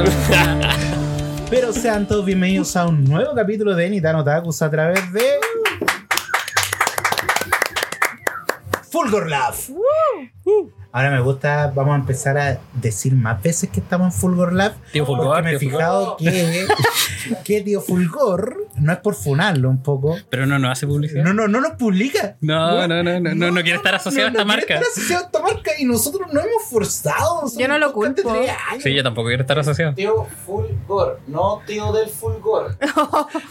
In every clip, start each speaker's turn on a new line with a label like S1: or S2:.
S1: Pero sean todos bienvenidos a un nuevo capítulo de Nitano Takus a través de. Fulgor Lab.
S2: Uh.
S1: Ahora me gusta, vamos a empezar a decir más veces que estamos en Fulgor Lab.
S2: Tío
S1: Porque
S2: Fulgor,
S1: me he
S2: tío Fulgor. Oh.
S1: fijado que, que Tío Fulgor, no es por funarlo un poco,
S2: Pero no, no hace publicidad.
S1: no, no, no nos publica.
S2: No, no, no, no, no, no quiere estar asociado a esta
S1: no quiere
S2: marca.
S1: estar asociado a esta marca y nosotros no hemos forzado.
S3: Yo no lo
S1: Durante
S3: culpo.
S1: tres años.
S2: Sí, yo tampoco quiero estar asociado.
S4: Tío Fulgor, no tío del Fulgor.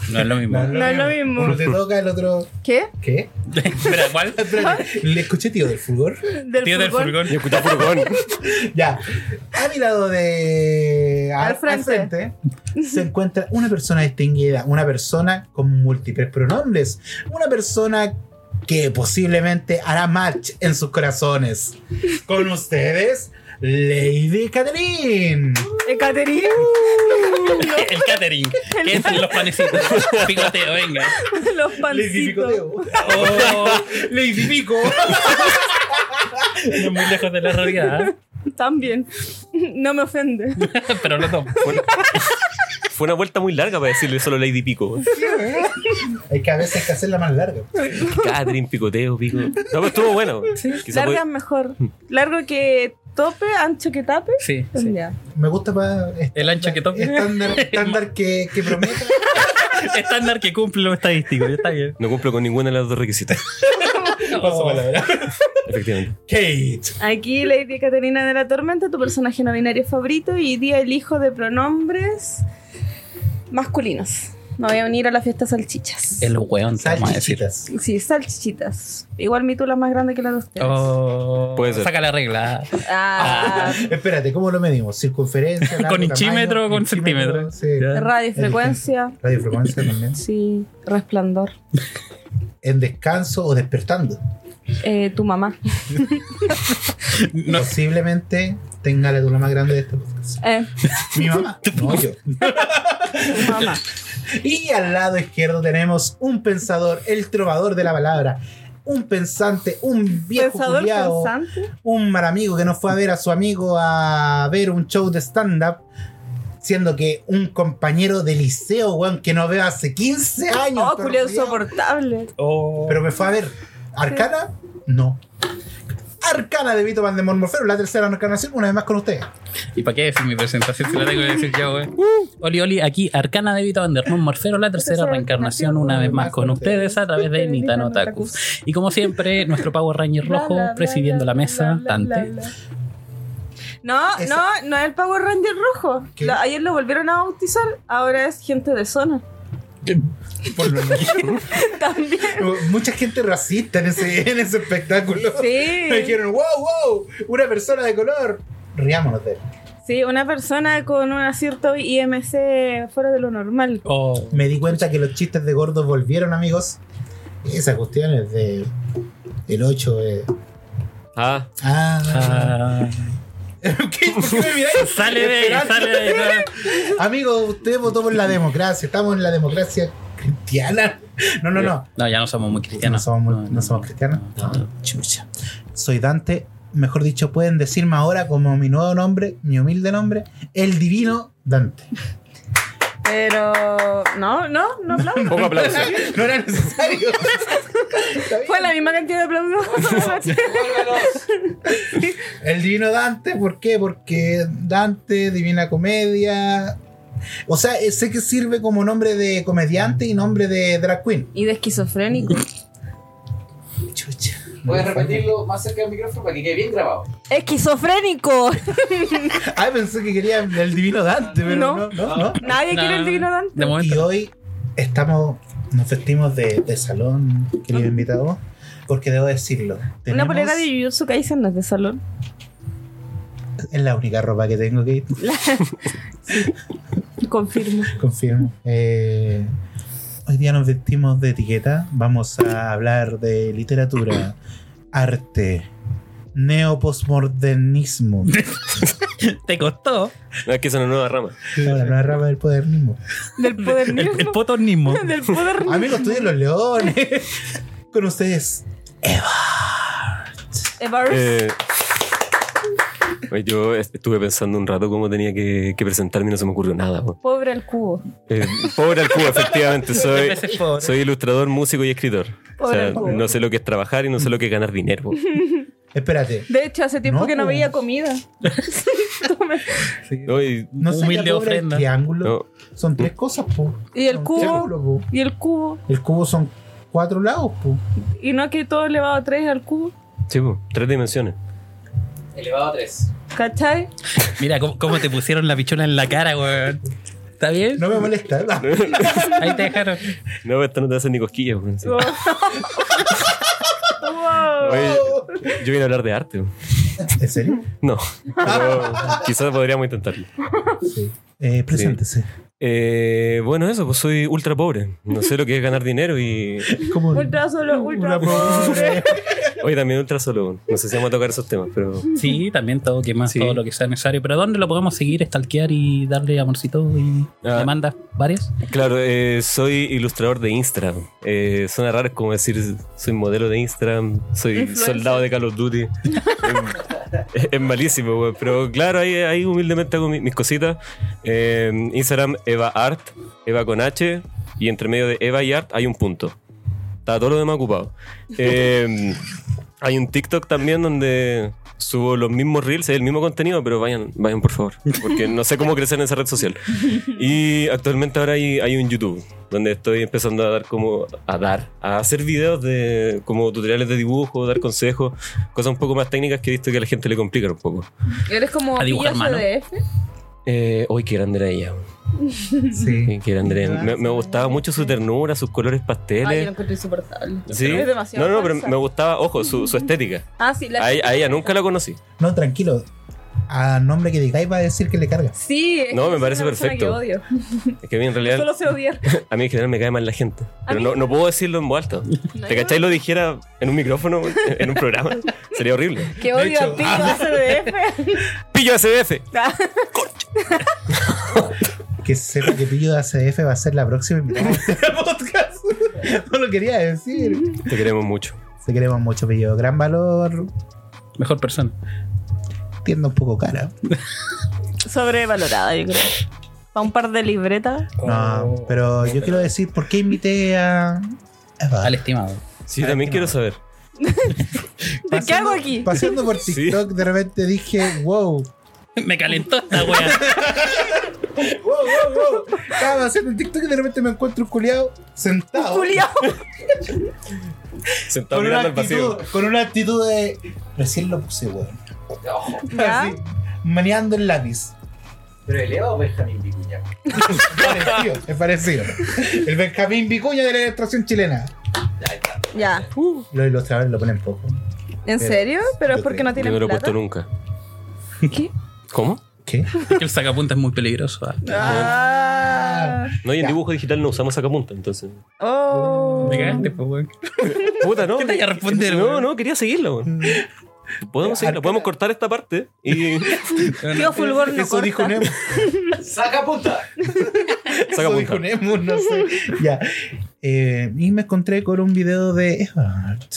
S2: No es lo mismo.
S3: No es lo mismo.
S1: Uno te toca, el otro.
S3: ¿Qué?
S1: ¿Qué?
S2: Espera, ¿cuál?
S1: Espérate, le escuché tío del fulgor.
S3: Del
S2: Tío del
S3: fútbol.
S2: furgón.
S5: Yo escuché furgón.
S1: Ya. A mi lado de.
S3: Al frente.
S1: frente se encuentra una persona distinguida, una persona con múltiples pronombres, una persona que posiblemente hará match en sus corazones. Con ustedes, Lady Catherine.
S3: Ecaterín.
S2: El catering. ¿Qué hacen los panecitos? Picoteo, venga.
S3: Los
S1: Lady
S3: pancitos.
S1: Picoteo.
S2: Oh,
S1: Lady Pico.
S2: no muy lejos de la realidad. ¿eh?
S3: También. No me ofende.
S2: Pero lo tomo.
S5: Fue una, fue una vuelta muy larga para decirle solo Lady Pico.
S1: Es que a veces hay que hacerla más larga.
S5: Catherine, picoteo, pico. No, pero estuvo bueno. Quizá
S3: Larga es
S5: puede-
S3: mejor.
S2: Mm.
S3: Largo que tope, ancho que tape.
S2: Sí,
S3: Pues
S2: sí.
S3: Ya.
S1: Me gusta para.
S2: El ancho que tope.
S1: Estándar, estándar que, que prometa.
S2: Estándar que cumple lo estadístico. Ya está bien.
S5: No cumplo con ninguna de las dos requisitos.
S1: Paso palabra.
S5: Efectivamente.
S1: Kate.
S3: Aquí Lady Caterina de la Tormenta, tu personaje no binario favorito y día elijo de pronombres masculinos. Me voy a unir a la fiesta salchichas.
S2: El hueón, te vamos a decir.
S1: Salchichitas.
S3: Sí, salchichitas. Igual mi tula es más grande que la de ustedes.
S2: Oh,
S5: Puede ser.
S2: Saca la regla.
S3: Ah,
S1: Espérate, ¿cómo lo medimos? ¿Circunferencia? largo,
S2: ¿Con
S1: tamaño,
S2: inchímetro o con centímetro?
S1: Sí.
S2: Ya.
S3: radiofrecuencia.
S1: Radiofrecuencia también.
S3: Sí, resplandor.
S1: ¿En descanso o despertando?
S3: Eh, tu mamá.
S2: No,
S1: Posiblemente tenga la dura más grande de este podcast.
S3: Eh,
S1: Mi mamá. no yo.
S3: tu mamá.
S1: Y al lado izquierdo tenemos un pensador, el trovador de la palabra. Un pensante, un viejo
S3: Pensador
S1: culiao,
S3: pensante.
S1: un mal amigo que no fue a ver a su amigo a ver un show de stand-up, siendo que un compañero de liceo, weón, que no veo hace 15 años.
S3: Oh,
S1: pero
S3: culiao
S1: culiao.
S3: insoportable.
S2: oh.
S1: Pero me fue a ver. ¿Arcana? No. Arcana de Vito Van de Mormorfero, la tercera encarnación, una vez más con ustedes.
S2: ¿Y para qué decir mi presentación si la tengo que decir yo, güey? Uh. Oli, Oli, aquí Arcana de Vita Vandermon Morfero, la tercera reencarnación, una vez más con ustedes a través de Nitano Taku. Y como siempre, nuestro Power Ranger rojo
S3: Bla, bla, bla,
S2: presidiendo la
S3: bla,
S2: mesa,
S3: bla, bla,
S2: Dante.
S3: bla. No,
S1: Esa-
S3: no, no es el Power Ranger rojo.
S1: ¿Qué?
S3: Lo- ayer lo volvieron a bautizar, ahora es gente de zona.
S1: Por lo menos.
S3: También.
S1: Mucha gente racista en ese, en ese espectáculo. Me
S3: Sí.
S1: dijeron, wow, wow, una persona de color. Riámonos de él.
S3: Sí, una persona con un cierto IMC fuera de lo normal.
S2: Oh,
S1: Me di cuenta que los chistes de gordos volvieron, amigos. Esas cuestiones de. El 8. eh.
S5: Ah,
S1: Ah.
S2: ah.
S1: ¿Qué? ¿Por qué me miráis?
S2: sale de ahí,
S1: Esperando.
S2: sale de ahí.
S1: Amigo, usted votó por la democracia. Estamos en la democracia cristiana. No, no, no.
S2: No, ya no somos muy
S1: No
S2: cristianos.
S1: somos, muy-
S2: No,
S1: no
S2: no,
S1: somos
S2: no.
S1: cristianos.
S2: No, no.
S1: Chucha. Soy Dante. Mejor dicho, pueden decirme ahora como mi nuevo nombre, mi humilde nombre, el divino Dante.
S3: Pero no, no, no aplaudo.
S5: poco aplauso.
S1: No era necesario. Está bien.
S3: Fue la misma cantidad de aplausos.
S4: Devuélvelos.
S1: El divino Dante, ¿por qué? Porque Dante, Divina Comedia. O sea, eh, sé que sirve como nombre de comediante y nombre de drag queen.
S3: y de esquizofrénico.
S1: Chucha.
S4: Puedes repetirlo más cerca del micrófono para que quede bien grabado.
S3: ¡Esquizofrénico!
S1: Ah, pensé que quería el divino Dante, pero
S3: No.
S1: no, no, no.
S3: Nadie
S2: No,
S3: quiere el divino Dante.
S2: De
S1: Y
S2: momento.
S1: hoy estamos, nos vestimos de, de salón, querido invitado, porque debo decirlo.
S3: Una
S1: tenemos-
S3: polera de Jujutsu Kaisen no es de salón.
S1: Es la única ropa que tengo, Kate,
S3: Confirmo.
S1: confirmo. Eh, hoy día nos vestimos de etiqueta. Vamos a hablar de literatura, arte, neopostmodernismo.
S2: Te costó
S5: No, es que es una nueva rama.
S1: No, la nueva rama del podernismo.
S3: Del poder
S2: el, el potornismo.
S3: Del poder
S1: Amigos, estudian los leones. Con ustedes,
S3: Evers.
S5: Eh, Oye, Yo est- estuve pensando un rato cómo tenía que, que presentarme y no se me ocurrió nada. po.
S3: Pobre el cubo.
S5: Eh, pobre al cubo, efectivamente. Soy, soy ilustrador, músico y escritor. O
S3: Pobre
S5: sea,
S3: al cubo.
S5: no sé lo que es trabajar y no sé lo que es ganar dinero. po.
S1: Espérate.
S3: De hecho, hace tiempo
S1: No,
S3: que no
S1: pues.
S3: veía comida. Tome.
S5: No, y-
S1: No sé,
S2: Humilde
S1: la pobre,
S2: ofrenda.
S1: El triángulo.
S5: no,
S1: Son tres cosas, po.
S3: Y el
S1: Son
S3: cubo.
S1: triángulo, po.
S3: y el cubo.
S1: El cubo son cuatro lados, po.
S3: Y no que todo elevado a 3 al cubo.
S5: sí, po, tres dimensiones.
S4: Elevado a 3.
S3: ¿Cachai?
S2: Mira cómo, cómo te pusieron la pichona en la cara, weón. ¿Está bien?
S1: No me molesta. no.
S2: Ahí te dejaron.
S5: No, esto no te hace ni cosquillas. po. Sí.
S3: Wow. Wow.
S5: Oye, yo vine a hablar de arte. po.
S1: ¿En serio?
S5: No, pero quizás podríamos intentarlo.
S1: Sí. Eh, preséntese.
S5: Eh, bueno, eso, pues soy ultra pobre. No sé lo que es ganar dinero y.
S1: Es como
S3: Ultra solo, ultra pobre.
S5: Hoy también ultra solo. No sé si vamos a tocar esos temas, pero.
S2: Sí, también todo que más,
S5: Sí.
S2: todo lo que sea necesario. Pero ¿dónde lo podemos seguir, stalkear y darle amorcito y
S5: Ah.
S2: demandas varias?
S5: Claro, eh, soy ilustrador de Instagram. Eh, suena raro es como decir soy modelo de Instagram, soy
S3: Influencer.
S5: soldado de Call of Duty. es, es malísimo, güey. Pero claro, ahí, ahí humildemente hago mi- mis cositas. Eh, Instagram Eva Art, Eva con H, y entre medio de Eva y Art hay un punto. Está todo lo demás ocupado. Eh, hay un TikTok también donde subo los mismos reels, el mismo contenido, pero vayan, vayan por favor, porque no sé cómo crecer en esa red social. Y actualmente ahora hay, hay un YouTube donde estoy empezando a dar como a dar, a hacer videos de como tutoriales de dibujo, dar consejos, cosas un poco más técnicas que he visto que a la gente le complican un poco.
S3: Eres como
S2: A dibujar
S3: Pilla
S2: mano.
S3: CDF.
S5: Eh, uy, qué grande era ella.
S1: Sí.
S5: Qué grande era. Me, me gustaba mucho su ternura, sus colores
S3: Ay, yo lo
S5: pasteles.
S3: encuentro insoportable.
S5: Sí.
S3: Es
S5: No,
S3: demasiado
S5: no, pero
S3: falsa.
S5: me gustaba, ojo, su, su estética.
S3: Ah, sí, la
S5: A, ella- a ella nunca la conocí.
S1: No, tranquilo. A nombre que digáis va a decir que le carga.
S3: Sí, es
S5: No,
S3: que
S5: me
S3: es
S5: parece
S3: una persona
S5: perfecto.
S3: que odio.
S5: Es que a mí en realidad
S3: Solo sé odiar.
S5: A mí en general me cae mal la gente. Pero
S3: mí
S5: no, no puedo decirlo en voz alta. ¿Te cacháis lo dijera en un micrófono, en un programa? Sería horrible.
S3: Que odio
S1: hecho,
S3: a Pilla CDF.
S5: ¡Pillo SDF!
S3: Ah.
S1: Que sepa que Pillo de ACF va a ser la próxima invitada de este podcast. No lo quería decir.
S5: Te queremos mucho.
S1: Se queremos mucho, Pillo. Gran valor.
S2: Mejor persona.
S1: Tienda un poco cara.
S3: Sobrevalorada, yo creo. Para un par de libretas.
S1: No, pero yo quiero decir, ¿por qué invité a. Eva?
S2: Al estimado.
S5: Sí, también quiero saber.
S3: ¿De qué hago aquí?
S1: Pasando por
S5: Sí.
S1: TikTok, de repente dije, wow.
S2: Me calentó esta wea.
S1: Wow, wow, wow. Estaba haciendo un TikTok y de repente me encuentro un culiado sentado.
S3: Julio.
S5: Sentado
S1: Con una,
S5: mirando al
S1: actitud,
S5: vacío.
S1: con una actitud de. Recién lo puse, weón.
S4: Ojo.
S3: ¿Ya?
S1: Así, Maneando el lápiz.
S4: Pero elevado Benjamín Vicuña.
S1: Parecido, es parecido. El Benjamín Vicuña de la ilustración chilena.
S4: Ahí está.
S3: Ya.
S1: Los ilustradores lo ponen poco.
S3: ¿En serio? Pero es
S1: Yo
S3: porque
S1: creo.
S3: no
S5: Yo
S3: tienen
S5: no lo he
S3: plata.
S5: puesto nunca.
S3: ¿Qué?
S5: ¿Cómo?
S1: ¿Qué?
S2: Es que el sacapunta es muy peligroso. ah.
S3: Ah.
S5: No, y en
S1: Ya.
S5: dibujo digital no usamos sacapunta, entonces.
S3: Oh.
S2: Me cagaste, pues, weón.
S5: Puta, no.
S2: ¿Qué te voy a responder,
S5: No,
S2: weón?
S5: no, quería seguirlo.
S1: Mm.
S5: weón. Podemos seguirlo, podemos cortar esta parte y
S3: Tío Fulgor no
S1: Eso dijo
S3: corta.
S1: Nemo.
S4: ¡Saca punta!
S5: saca
S1: Eso dijo
S5: punta.
S1: Nemo, no sé. Ya. Eh, y me encontré con un video de Evart.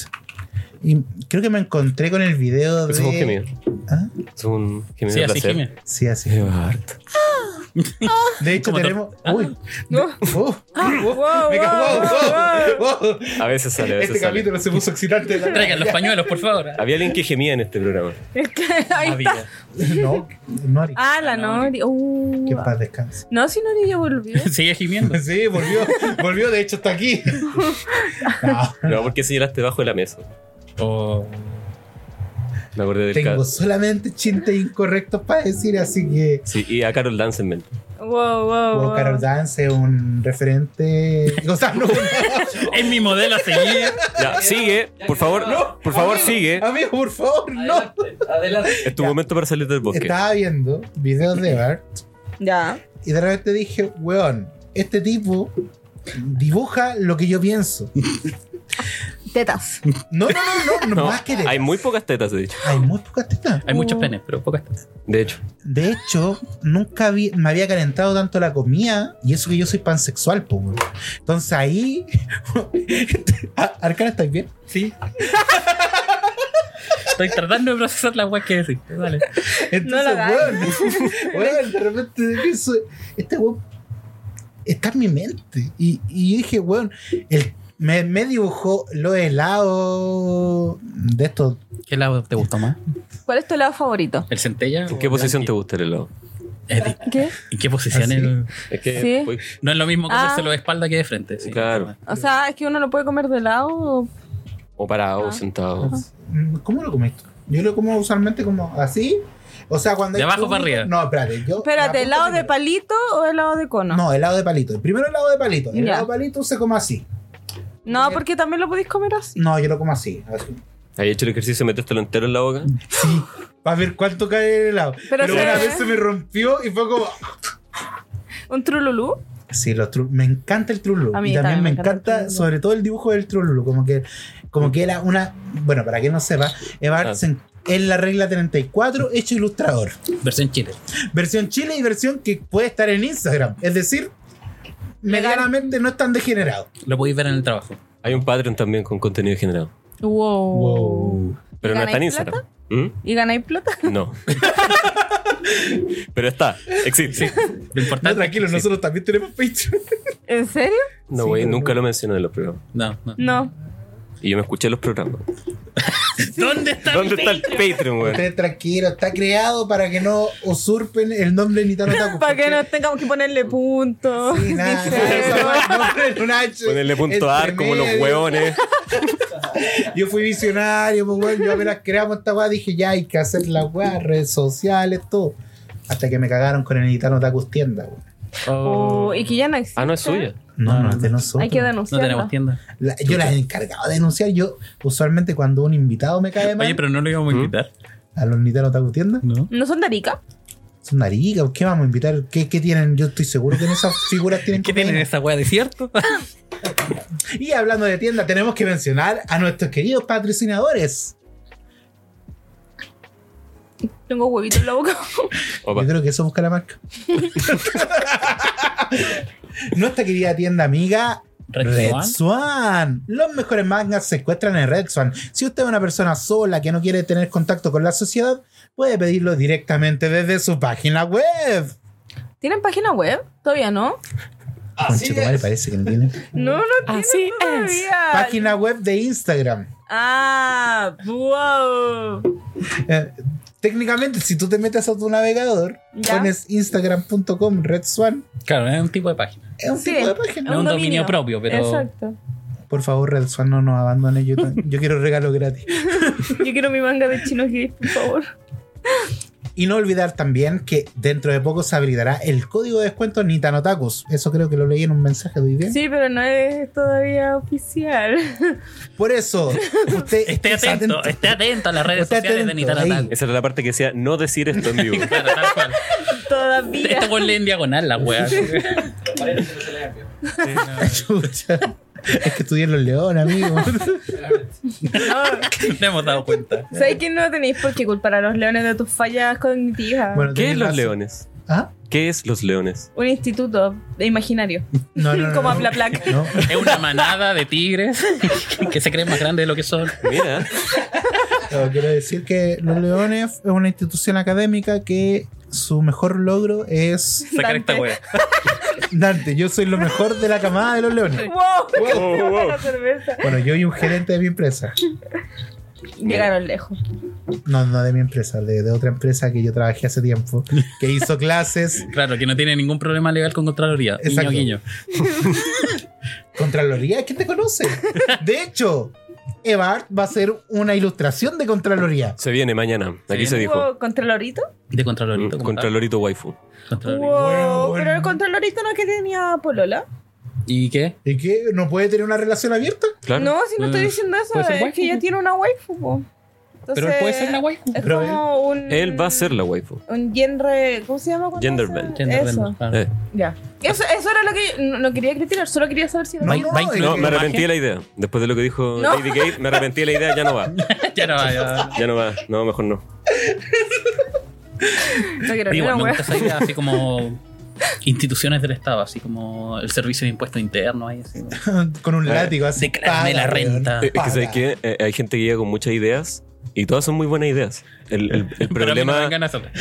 S1: Y creo que me encontré con el video de.
S5: Eso fue un gemido.
S1: ¿Ah?
S5: Eso fue un gemido
S2: Sí,
S5: de
S2: así
S5: placer.
S2: gime.
S1: Sí, así.
S5: Evart.
S1: De hecho,
S2: Como tor-
S1: tenemos.
S2: Ah.
S1: Uy.
S3: No.
S1: Oh.
S3: Wow,
S1: Me
S3: wow,
S1: cago-
S3: wow, wow.
S1: wow, wow.
S5: A veces sale, a veces
S1: Este
S5: sale.
S1: capítulo se puso excitante.
S2: Traigan los pañuelos, por favor.
S5: Había alguien que gemía en este programa.
S3: Es que ahí
S2: Había.
S3: está.
S1: No, Nori.
S3: Ah, la Nori. Uh.
S1: Que paz descanse.
S3: No, si Nori ya volvió.
S2: Sigue gimiendo.
S1: Sí, volvió, volvió, de hecho está aquí. No,
S5: No, porque señalaste bajo de la mesa.
S2: Oh.
S5: Me acordé del
S1: tengo
S5: caso.
S1: solamente chistes incorrectos para decir, así que.
S5: Sí, y a Carol Danzenman.
S3: Wow, wow,
S1: Wow,
S3: wow.
S1: Carol Dance es un referente. O sea, no,
S2: Es mi modelo a seguir.
S5: Ya, sigue, por favor,
S4: No,
S5: por favor,
S1: amigo.
S5: sigue.
S1: Amigo, por favor, no.
S4: Adelante, adelante.
S5: Es tu
S1: Ya.
S5: momento para salir del bosque.
S1: Estaba viendo videos de Bart
S3: Ya.
S1: y de repente dije, weón, este tipo dibuja lo que yo pienso.
S3: Tetas.
S1: No, no, no, no, no,
S5: No,
S1: más que de-
S5: hay muy pocas tetas, de hecho.
S1: hay muy pocas tetas.
S2: Hay muchos penes, pero pocas.
S5: De hecho,
S1: De hecho, nunca vi- me había calentado tanto la comida y eso que yo soy pansexual, po. weón. Entonces ahí. Ah, Arcana, ¿estás bien?
S2: Sí. Estoy tratando de procesar la weá que decís. Vale.
S3: No
S1: Entonces,
S3: lo hagas.
S1: weón, weón, de repente pienso, este weón está en mi mente. Y, y yo dije, weón, el- me, me dibujó los helados de estos.
S2: ¿Qué lado te gustó más?
S3: ¿Cuál es tu helado favorito?
S2: ¿El centella?
S5: ¿En qué posición te gusta el helado?
S2: gusta?
S3: ¿Qué?
S2: ¿En qué posición?
S1: Así.
S2: el-
S5: Es que
S3: Sí.
S5: voy-
S2: No es lo mismo
S3: Ah.
S2: comérselo de espalda que de frente. sí.
S5: Claro.
S3: O sea, es que uno lo puede comer de lado.
S5: o parado,
S3: Ah.
S5: o sentado.
S1: ¿Cómo lo comes tú? Yo lo como usualmente como así. O sea, cuando.
S2: De
S1: hay
S2: abajo para
S1: público-
S2: arriba.
S1: No, espérate. Yo
S3: Espérate,
S1: la
S3: ¿helado
S1: punta
S3: de palito o helado de cono?
S1: primero- No, helado de palito. El primero helado de palito. El
S3: Ya.
S1: helado de palito se come así.
S3: No, porque también lo podéis comer así.
S1: No, yo lo como así. así.
S5: ¿Has hecho el ejercicio de metértelo entero en la boca?
S1: Para ver cuánto cae el helado.
S3: Pero
S1: Pero,
S3: se
S1: una
S3: ve.
S1: vez se me rompió y fue como.
S3: ¿Un trululú?
S1: Sí, los tru- me encanta el Trululu.
S3: A mí
S1: Y también,
S3: también me
S1: me
S3: encanta el
S1: encanta,
S3: Trululu.
S1: sobre todo el dibujo del Trululu. Como que, como que era una. Bueno, para que no sepa, Eva
S5: Ah.
S1: Artsen es la regla 34, hecho ilustrador.
S2: Versión chile.
S1: Versión Chile y versión que puede estar en Instagram. Es decir,
S3: Legal.
S1: medianamente no es tan degenerado.
S2: Lo podéis ver en el trabajo.
S5: Hay un Patreon también con contenido generado.
S3: Wow.
S5: Pero no está en
S3: ¿Ganáis
S5: Instagram.
S3: ¿Y ganáis plata?
S5: ¿Mm? No. Pero está, existe.
S2: Lo importante.
S1: No, tranquilo,
S2: es que sí.
S1: nosotros también tenemos Patreon.
S3: ¿En serio?
S5: No,
S1: Sí,
S5: güey,
S1: pero-
S5: nunca lo mencioné en los programas.
S2: No, no.
S3: No.
S5: Y yo me escuché los programas.
S2: ¿Dónde está
S5: ¿Dónde
S2: el
S5: está el Patreon, güey?
S1: Ustedes tranquilos, está creado para que no usurpen el nombre de Nitano Taku.
S3: Para que no tengamos que ponerle puntos.
S1: Sí, nada,
S3: ni
S1: esa
S3: cero.
S1: weá, no, ponen un H
S5: Ponerle punto ar
S1: entre
S5: como los
S1: medio.
S5: huevones.
S1: Yo fui visionario, pues, weón. Yo apenas creamos esta weá, dije, ya hay que hacer la weá, redes sociales, todo. Hasta que me cagaron con el Nitano Taku tienda, weón.
S3: Oh, y que ya no existe.
S5: Ah, no es suya.
S1: No, no, es de nosotros.
S3: Hay que
S2: No
S3: denunciarlo.
S2: tenemos tienda.
S1: La- yo las he encargado de denunciar. Yo, usualmente, cuando un invitado me cae mal,
S2: Oye, pero no lo
S5: ¿Mm?
S2: íbamos a invitar.
S1: a los Nitano Taku tienda,
S2: No.
S3: ¿No son de Arica?
S1: son de Arica, ¿qué vamos a invitar? ¿Qué, qué tienen? Yo estoy seguro que en esas figuras tienen
S2: ¿Qué tienen
S1: cocaína.
S2: esa weá de cierto?
S1: Y hablando de tienda, tenemos que mencionar a nuestros queridos patrocinadores.
S3: Tengo huevitos en la boca.
S5: Opa.
S1: Yo creo que eso busca la marca. Nuestra querida tienda amiga.
S2: Red
S1: Red,
S2: Swan.
S1: Swan. Los mejores mangas se encuentran en Red Swan. Si usted es una persona sola que no quiere tener contacto con la sociedad, puede pedirlo directamente desde su página web.
S3: ¿Tienen página web? Todavía no.
S4: Así
S1: Conchetumare,
S4: es.
S1: parece que no tiene.
S3: No, no tienen
S2: Así
S3: todavía.
S1: página web de Instagram.
S3: Ah, wow.
S1: Eh, técnicamente, si tú te metes a tu navegador,
S3: Ya.
S1: pones instagram.com Red Swan.
S2: Claro, es un tipo de página.
S1: Es un
S3: Sí.
S1: tipo de
S2: No
S1: página.
S2: es un dominio propio, pero.
S3: Exacto.
S1: Por favor, Red Swan, no nos abandone. Yo, ta- yo quiero regalo gratis.
S3: Yo quiero mi manga de chino gay, por favor.
S1: Y no olvidar también que dentro de poco se habilitará el código de descuento Nitanotakus. Eso creo que lo leí en un mensaje de hoy día.
S3: Sí, pero no es todavía oficial.
S1: Por eso, usted
S2: Esté
S1: esté
S2: atento,
S1: atento.
S2: esté atento a las redes
S1: Esté
S2: sociales de
S1: atento, ahí.
S2: Nitana Tango.
S5: Esa era la parte que decía no decir esto en vivo.
S2: Claro, tal cual.
S3: Todavía.
S2: Esto ponle en diagonal la weá.
S4: Parece que no se le envió.
S2: eh.
S1: Chucha. Es que estudié en los leones, amigo.
S4: Claramente.
S2: No hemos dado cuenta.
S3: ¿Sabes que no tenéis por qué culpar a los leones de tus fallas cognitivas?
S1: Bueno,
S5: ¿Qué
S1: tenés
S5: es los
S1: razón.
S5: leones?
S1: ¿Ah?
S5: ¿Qué es los leones?
S3: Un instituto de imaginario.
S1: No, no, no.
S3: Como
S1: no.
S3: habla placa.
S1: No.
S2: Es una manada de tigres que se creen más grandes de lo que son.
S5: Mira,
S1: No, quiero decir que Los Leones es una institución académica que su mejor logro es
S2: Sacar
S3: Dante.
S2: esta weá.
S1: Dante. Yo soy lo mejor de la camada de los Leones.
S3: ¡Wow!
S5: Wow, wow, wow.
S3: La cerveza.
S1: Bueno, yo y un gerente de mi empresa.
S3: Llegaron lejos.
S1: No, no de mi empresa, de, de otra empresa que yo trabajé hace tiempo, que hizo clases,
S2: Claro, que no tiene ningún problema legal con Contraloría. Guiño,
S1: Exacto.
S2: guiño.
S1: Contraloría, ¿quién te conoce? De hecho, Evart va a hacer una ilustración de Contraloría.
S5: se viene mañana. Aquí
S2: Sí.
S5: se dijo.
S3: Wow, ¿Contralorito?
S2: De Contralorito.
S5: Mm, Contra Lorito Waifu.
S2: Contralorito.
S3: Wow,
S1: Bueno,
S3: pero el
S1: bueno.
S3: Contralorito no que tenía Polola.
S2: ¿Y qué?
S1: ¿Y qué? ¿No puede tener una relación abierta?
S5: Claro.
S3: No, si no estoy
S2: Eh,
S3: diciendo eso,
S2: puede ser
S3: es
S2: waifu,
S3: que ella
S2: po.
S3: tiene una waifu. po.
S2: Pero
S3: Entonces,
S2: él puede ser la waifu.
S3: Es
S1: Pero
S3: como un.
S5: Él va a ser la waifu.
S3: Un genre. ¿Cómo se llama? cuando
S5: Gender
S3: se-
S5: bend.
S2: Gender
S3: eso.
S2: bender, claro.
S5: Eh,
S3: Ya. Eso, eso era lo que. No, no quería criticar, solo quería saber si era.
S2: Va-
S1: No,
S2: va a
S1: no,
S2: incluir
S5: No, me
S2: imagen.
S5: arrepentí de la idea. Después de lo que dijo
S3: No.
S5: Lady Gate, me arrepentí de la idea, ya no va.
S2: Ya no, ya no.
S5: Ya no va. No, mejor no.
S3: No
S2: Pero
S3: quiero ni
S2: igual
S3: una
S2: me
S3: wea.
S2: gusta esa idea, así como instituciones del Estado, así como el Servicio de Impuestos Internos. Ahí, así, ¿no?
S1: Con un látigo así.
S2: Declárame la
S1: paga,
S2: renta.
S1: weón,
S5: Eh, Es que
S1: paga.
S5: sabes que hay gente que llega con muchas ideas Y todas son muy buenas ideas. El, el- el
S2: Pero a mí no me
S5: problema.
S2: dan ganas de hablar.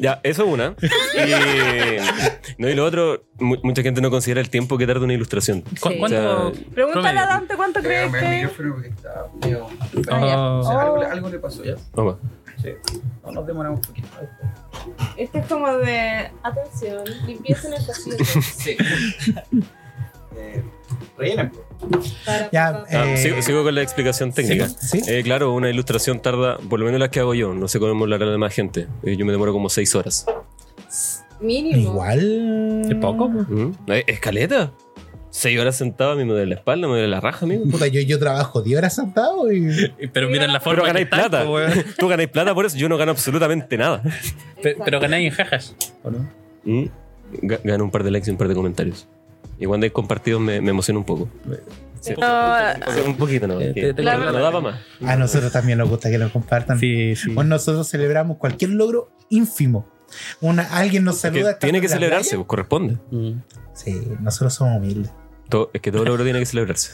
S5: Ya, eso es una. Y, no, y lo otro, mu- mucha gente no considera el tiempo que tarda una ilustración.
S2: ¿Cu-
S3: Sí.
S2: ¿Cuánto?
S3: Pregúntale
S2: promedio?
S3: a Dante cuánto crees
S4: Pégame el
S3: que.
S4: micrófono porque está medio- o
S3: Ah, ya.
S2: Oh.
S4: sea, algo,
S3: Oh.
S4: le- algo le pasó ya.
S5: Opa.
S4: Sí. No nos demoramos un poquito. Ahí está.
S3: Este es como de. Atención, limpieza en el pasillo.
S4: Sí. eh, rellenen. po.
S3: Para-
S1: Ya,
S5: Ah,
S1: eh,
S5: sigo, sigo con la explicación técnica.
S1: Sí, sí.
S5: Eh, claro, una ilustración tarda, por lo menos las que hago yo, no sé cómo hablar a la demás gente. Eh, yo me demoro como seis horas. eh,
S3: Mínimo.
S1: Igual.
S2: ¿Es poco? pues. po?
S5: ¿Mm? Eh, ¿Escaleta? Seis horas sentado a mí me duele la espalda, me duele la raja, amigo.
S1: Puta, yo, yo trabajo 10 horas sentado y.
S2: Pero miren la forma.
S5: Pero ganáis
S2: que pues, están,
S5: plata.
S2: po, weón.
S5: Tú ganáis plata por eso, yo no gano absolutamente nada.
S2: Pe- Pero ganáis en jajas. ¿o no?
S5: ¿Mm? Ga- Gano un par de likes y un par de comentarios. Y cuando hay compartidos me, me emociono un poco. Sí.
S3: Ah,
S5: Sí, un poquito, ¿no?
S2: Eh,
S5: que
S2: te- te-
S5: no-
S2: claro.
S5: no da pa' más.
S1: A nosotros también nos gusta que nos compartan.
S2: Sí, sí.
S1: Bueno, nosotros celebramos cualquier logro ínfimo. Una, alguien nos
S5: Que
S1: saluda.
S5: tiene
S1: estamos
S5: que
S1: en la
S5: celebrarse,
S1: playa.
S5: pues, corresponde.
S2: Mm.
S1: Sí, nosotros somos humildes.
S5: Todo- es que todo logro tiene que celebrarse.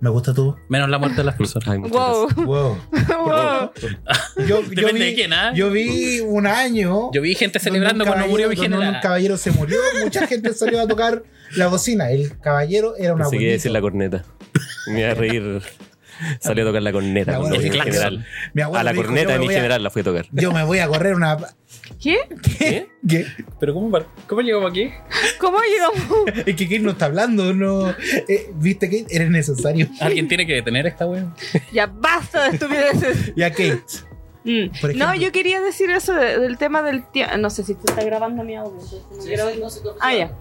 S1: Me gusta tú.
S2: Menos la muerte de las personas.
S5: Ay, muchas
S3: Wow.
S1: Wow.
S3: wow.
S1: Yo, yo,
S2: Depende
S1: vi,
S2: de quién, ¿ah?
S1: yo vi un año.
S2: Yo vi gente
S1: donde un
S2: celebrando cuando
S1: caballero-
S2: murió mi
S1: donde Un
S2: general.
S1: caballero se murió, mucha gente salió a tocar la bocina. El caballero era una
S5: Pensé que iba a decir la corneta. Me iba a reír. Salió a tocar la corneta.
S1: La
S5: cuando
S1: buena
S5: fui
S2: idea.
S5: en general.
S1: Mi abuela
S5: A la
S1: me dijo,
S5: corneta
S1: yo
S5: en
S1: me voy a-
S5: general la fui a tocar.
S1: Yo me voy a correr una.
S3: ¿Qué?
S5: ¿Qué?
S1: ¿Qué?
S2: Pero ¿cómo, par- cómo llegó aquí?
S3: ¿Cómo llegamos?
S1: Es que Kate no está hablando, no. Eh, Viste, Kate, eres necesario.
S2: Alguien tiene que detener esta weón.
S3: Ya basta de estupideces.
S1: Ya, Kate.
S3: Mm.
S1: Por
S3: No,
S1: ejemplo.
S3: yo quería decir eso de- del tema del tiempo. No sé si tú estás grabando mi audio. entonces no quiero- Ah, ya.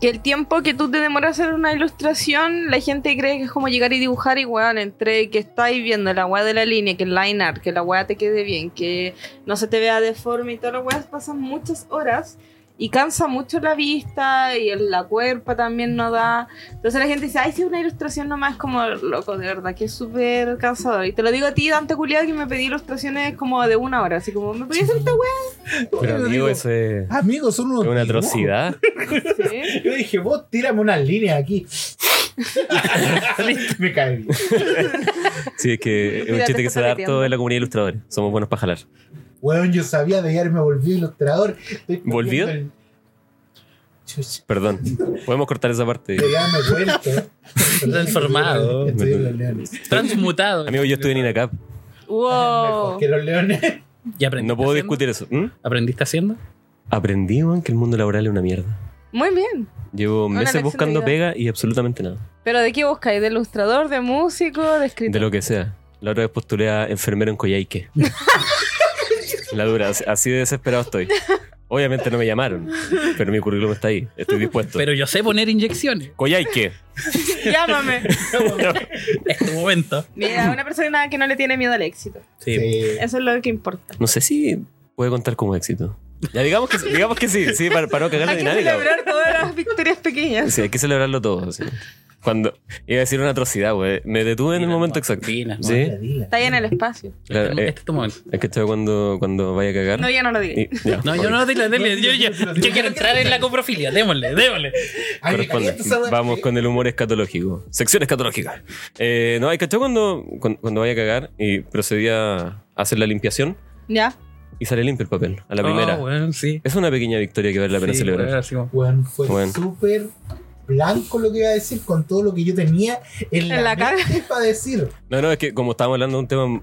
S3: Que el tiempo que tú te demoras en una ilustración, la gente cree que es como llegar y dibujar y weón, entre que estáis viendo la weá de la línea, que el line art, que la weá te quede bien, que no se te vea deforme y todas las weas pasan muchas horas y cansa mucho la vista y el- la cuerpa también no da. Entonces la gente dice, ay, si una ilustración nomás es como loco, de verdad, que es súper cansador. Y te lo digo a ti, Dante Culiado, que me pedí ilustraciones como de una hora, así como, ¿me podías hacer esta wea?
S5: Pero
S1: Yo
S5: amigo,
S1: digo,
S5: eso es
S1: Amigos, son unos.
S5: una
S1: dibujos.
S5: atrocidad.
S3: Sí.
S1: Yo dije, vos tírame unas líneas aquí. Me cae bien.
S5: Sí, es que es un
S3: Mira, te
S5: chiste que
S3: está
S5: se da
S3: derritiendo.
S5: harto en la comunidad de ilustradores. Somos buenos para jalar.
S1: Weón, yo sabía de ayer me volví ilustrador. Estoy
S5: ¿Volvió?
S1: poniendo el- Chucha,
S5: Perdón. Podemos cortar esa parte.
S1: de darme vuelta.
S2: Transformado.
S1: Estoy en los leones.
S2: Transmutado.
S5: Amigo, yo estuve en INACAP.
S3: Wow.
S5: Oh.
S1: Mejor que los leones.
S2: ¿Y aprendiste
S5: No puedo
S2: haciendo?
S5: discutir eso. ¿Mm?
S2: ¿Aprendiste haciendo?
S5: Aprendí weón, que el mundo laboral es una mierda.
S3: Muy bien.
S5: Llevo
S3: Una
S5: meses
S3: lección de
S5: buscando
S3: vida.
S5: pega y absolutamente nada.
S3: ¿Pero de qué buscáis? ¿De ilustrador, de músico, de escritor?
S5: De lo que sea. La otra vez postulé a enfermero en Coyhaique. La dura, así- así de desesperado estoy. Obviamente no me llamaron, pero mi currículum está ahí. Estoy dispuesto.
S2: Pero yo sé poner inyecciones.
S5: Coyhaique.
S3: Llámame.
S2: Este Es tu momento.
S3: Mira, una persona que no le tiene miedo al éxito.
S1: Sí.
S3: Eso es lo que importa.
S5: No sé si puede contar como éxito. Ya digamos que, digamos que sí, sí, para, para no cagar la
S3: Hay que
S5: dinámica. weón.
S3: celebrar todas las victorias pequeñas.
S5: Sí, hay que celebrarlo todo. sí. Cuando iba a decir una atrocidad, güey. Me detuve en el
S2: Dila,
S5: momento
S2: no,
S5: exacto.
S2: dila, no.
S5: sí,
S1: Dila, dila.
S3: Está ahí en el espacio.
S5: claro,
S2: este,
S5: eh,
S2: este es tu momento.
S5: es que estoy cuando, cuando vaya a cagar.
S3: No, ya no lo digo.
S5: y- ya,
S2: No, yo
S5: ok.
S2: no, dile, dile. Yo, yo-
S1: Dilo, dilo,
S2: yo
S1: dilo.
S2: quiero entrar en la coprofilia. Démosle, démosle.
S1: Ay, me
S5: Corresponde.
S1: calienta esa wea.
S5: Vamos con el humor escatológico. Sección escatológica. Eh, no, hay cachado cuando, cuando, cuando vaya a cagar y procedía a hacer la limpiación
S3: Ya.
S5: y sale limpio el papel a la
S2: Oh,
S5: primera.
S2: weón, sí.
S5: Es una pequeña victoria que vale la pena
S2: Sí,
S5: celebrar.
S2: weón, así como-
S1: Weón, fue
S5: Bueno.
S1: súper blanco lo que iba a decir con todo lo que yo tenía en la,
S3: En la cara.
S1: mente para decir.
S5: No, no, es que como estábamos hablando de un tema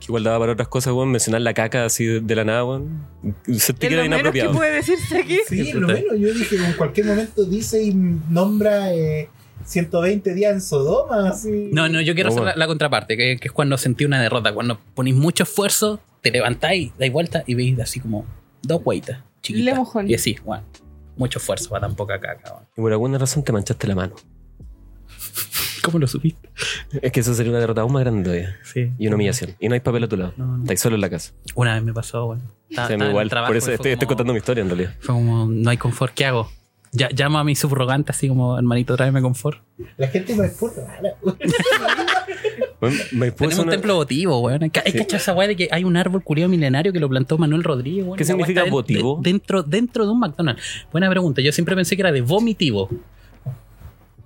S5: que igual daba para otras cosas, weón, mencionar la caca así de, de la nada, weón. Sentí que
S3: Es
S5: era
S3: lo menos que
S5: inapropiado.
S3: puede decirse aquí.
S1: Sí,
S5: puta.
S1: lo menos yo dije, en cualquier momento dice y nombra eh, 120 días en Sodoma. Así.
S2: No, no, yo quiero
S5: No,
S2: hacer la,
S5: Oh, bueno.
S2: la contraparte, que, que es cuando sentí una derrota, cuando ponís mucho esfuerzo, te levantáis, dais vuelta y veis así como dos hueitas chiquitas.
S3: Le mojón.
S2: Y así, bueno, mucho esfuerzo para tan poca caca. weón.
S5: Y por alguna razón te manchaste la mano.
S2: ¿Cómo lo supiste?
S5: Es que eso sería una derrota aún más grande todavía.
S2: Sí.
S5: Y una humillación. Y no hay papel a tu lado.
S2: No, no.
S5: Estás solo en la casa.
S2: Una vez me pasó, bueno. Estaba-
S5: O sea,
S2: estaba en el
S5: igual.
S2: trabajo
S5: Por
S2: y
S5: eso
S2: fue
S5: estoy, estoy
S2: como-
S5: contando mi historia en realidad.
S2: Fue como, no hay confort, ¿qué hago? Ya, llamo a mi subrogante así como, hermanito, tráeme confort.
S1: La gente me fue rara.
S5: Bueno, me puso
S2: Tenemos un
S5: una-
S2: templo votivo, weón. Hay que hay que echar esa weá de que hay un árbol culiado milenario que lo plantó Manuel Rodríguez, weón.
S5: ¿Qué
S2: La weá
S5: significa
S2: está den-
S5: votivo?
S2: de- Dentro, dentro de un McDonald's. Buena pregunta. Yo siempre pensé que era de vomitivo,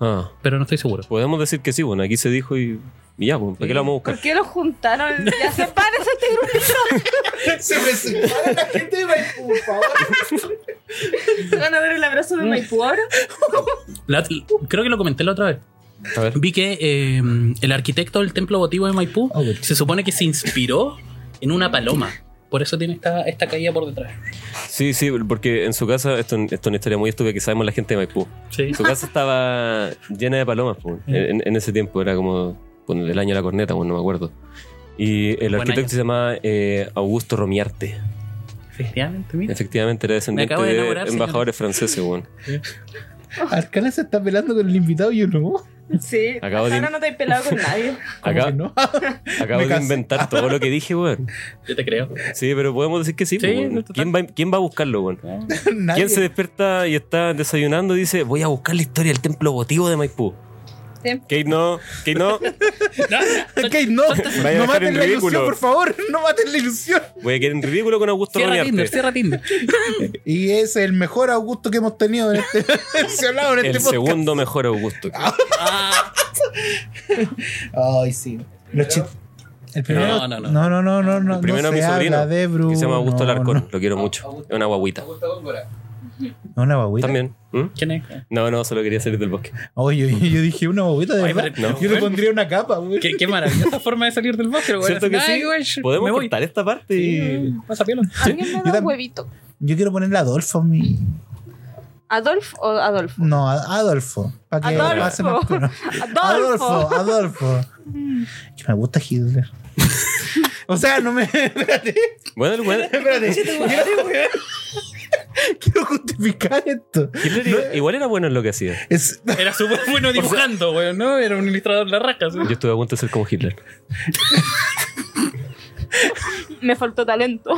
S5: Ah,
S2: pero no estoy seguro.
S5: podemos decir que sí, bueno, aquí se dijo y Y ya, pues, ¿para qué la vamos a buscar?
S3: ¿Por qué lo juntaron? Ya sepárense este grupito.
S1: Se me separa la gente de Maipú, por favor.
S3: Se van a ver el abrazo de Maipú ahora.
S2: La- creo que lo comenté la otra vez.
S5: A ver.
S2: Vi que eh, el arquitecto del templo votivo de Maipú
S5: Ah,
S1: Oh, bueno.
S2: se supone que se inspiró en una paloma. Por eso tiene esta, esta caída por detrás.
S5: Sí, sí, porque en su casa, esto, esto es una historia muy estúpida que sabemos la gente de Maipú.
S2: Sí.
S5: Su casa estaba llena de palomas, po. en, en ese tiempo era como bueno, el año de la corneta, bueno, no me acuerdo. Y el
S2: Buen
S5: arquitecto
S2: año.
S5: se llamaba eh, Augusto Romiarte.
S2: Efectivamente, mira.
S5: Efectivamente era descendiente
S2: acabo de
S5: de,
S2: enamorar, señor.
S5: embajadores franceses, weón.
S1: Arcana se está pelando con el invitado y yo no.
S3: Sí.
S5: Acabo de-
S3: Ahora no te has pelado con nadie.
S1: ¿Cómo
S5: Acá-
S1: que no?
S5: Acabo
S1: Me
S5: de
S1: cansé.
S5: inventar todo lo que dije, weón.
S2: Yo te creo.
S5: Sí, pero podemos decir que sí,
S2: Sí,
S5: po, weón.
S2: no, total.
S5: ¿Quién va, ¿Quién va a buscarlo, weón?
S1: Nadie.
S5: ¿Quién se despierta y está desayunando y dice, voy a buscar la historia del templo votivo de Maipú?
S3: Tem-
S5: Kate no, Kate no,
S1: Kate, no,
S5: a
S1: no
S5: dejar
S1: maten
S5: en
S1: la
S5: ridículo.
S1: ilusión, por favor, no maten la ilusión.
S5: voy a quedar en ridículo con Augusto
S2: Cierra Tinder,
S5: Romiarte.
S2: cierra Tinder.
S1: Y es el mejor Augusto que hemos tenido en este, mencionado en este
S5: El
S1: podcast.
S5: segundo mejor Augusto.
S1: Ah, Ay, sí. Los chi- El primero.
S2: No, no, no.
S1: No, no, no, no. no,
S5: El primero
S1: no
S5: es mi
S1: se
S5: sobrino,
S1: habla de Bruno,
S5: que se llama Augusto
S1: no,
S5: Alarcón,
S1: no.
S5: lo quiero mucho. Es una guaguita.
S4: Augusto Góngora.
S1: No, una babuita.
S5: También. ¿Mm?
S2: ¿Quién es?
S5: No, no, solo quería salir del bosque.
S1: Oye, yo, yo dije una babuita de
S2: Ay,
S1: verdad.
S2: pero-
S5: no.
S1: yo le pondría una capa, güey.
S2: Qué, qué maravillosa forma de salir del bosque, güey.
S5: ¿Cierto que
S2: Ay,
S5: sí?
S2: güey,
S5: Podemos
S2: me voy.
S5: cortar esta parte.
S2: Sí,
S5: y-
S2: pasa piola.
S3: Alguien me
S1: Yo
S3: da
S1: tam-
S3: un huevito.
S1: Yo quiero ponerle Adolfo a mi.
S3: ¿Adolf o Adolfo?
S1: No, a- Adolfo. Para que
S3: Adolfo.
S1: pase más puro.
S3: Adolfo.
S1: Adolfo, Adolfo. Que me gusta Hitler. O sea, no me. Espérate,
S5: Bueno, el weón-
S1: espérate. Quiero- Quiero justificar esto.
S5: Hitler igual- igual era bueno en lo que hacía.
S1: Es,
S2: Era súper bueno dibujando, güey, ¿no? Era un ilustrador de la raja. sí.
S5: Yo estuve a punto de ser como Hitler.
S3: Me faltó talento.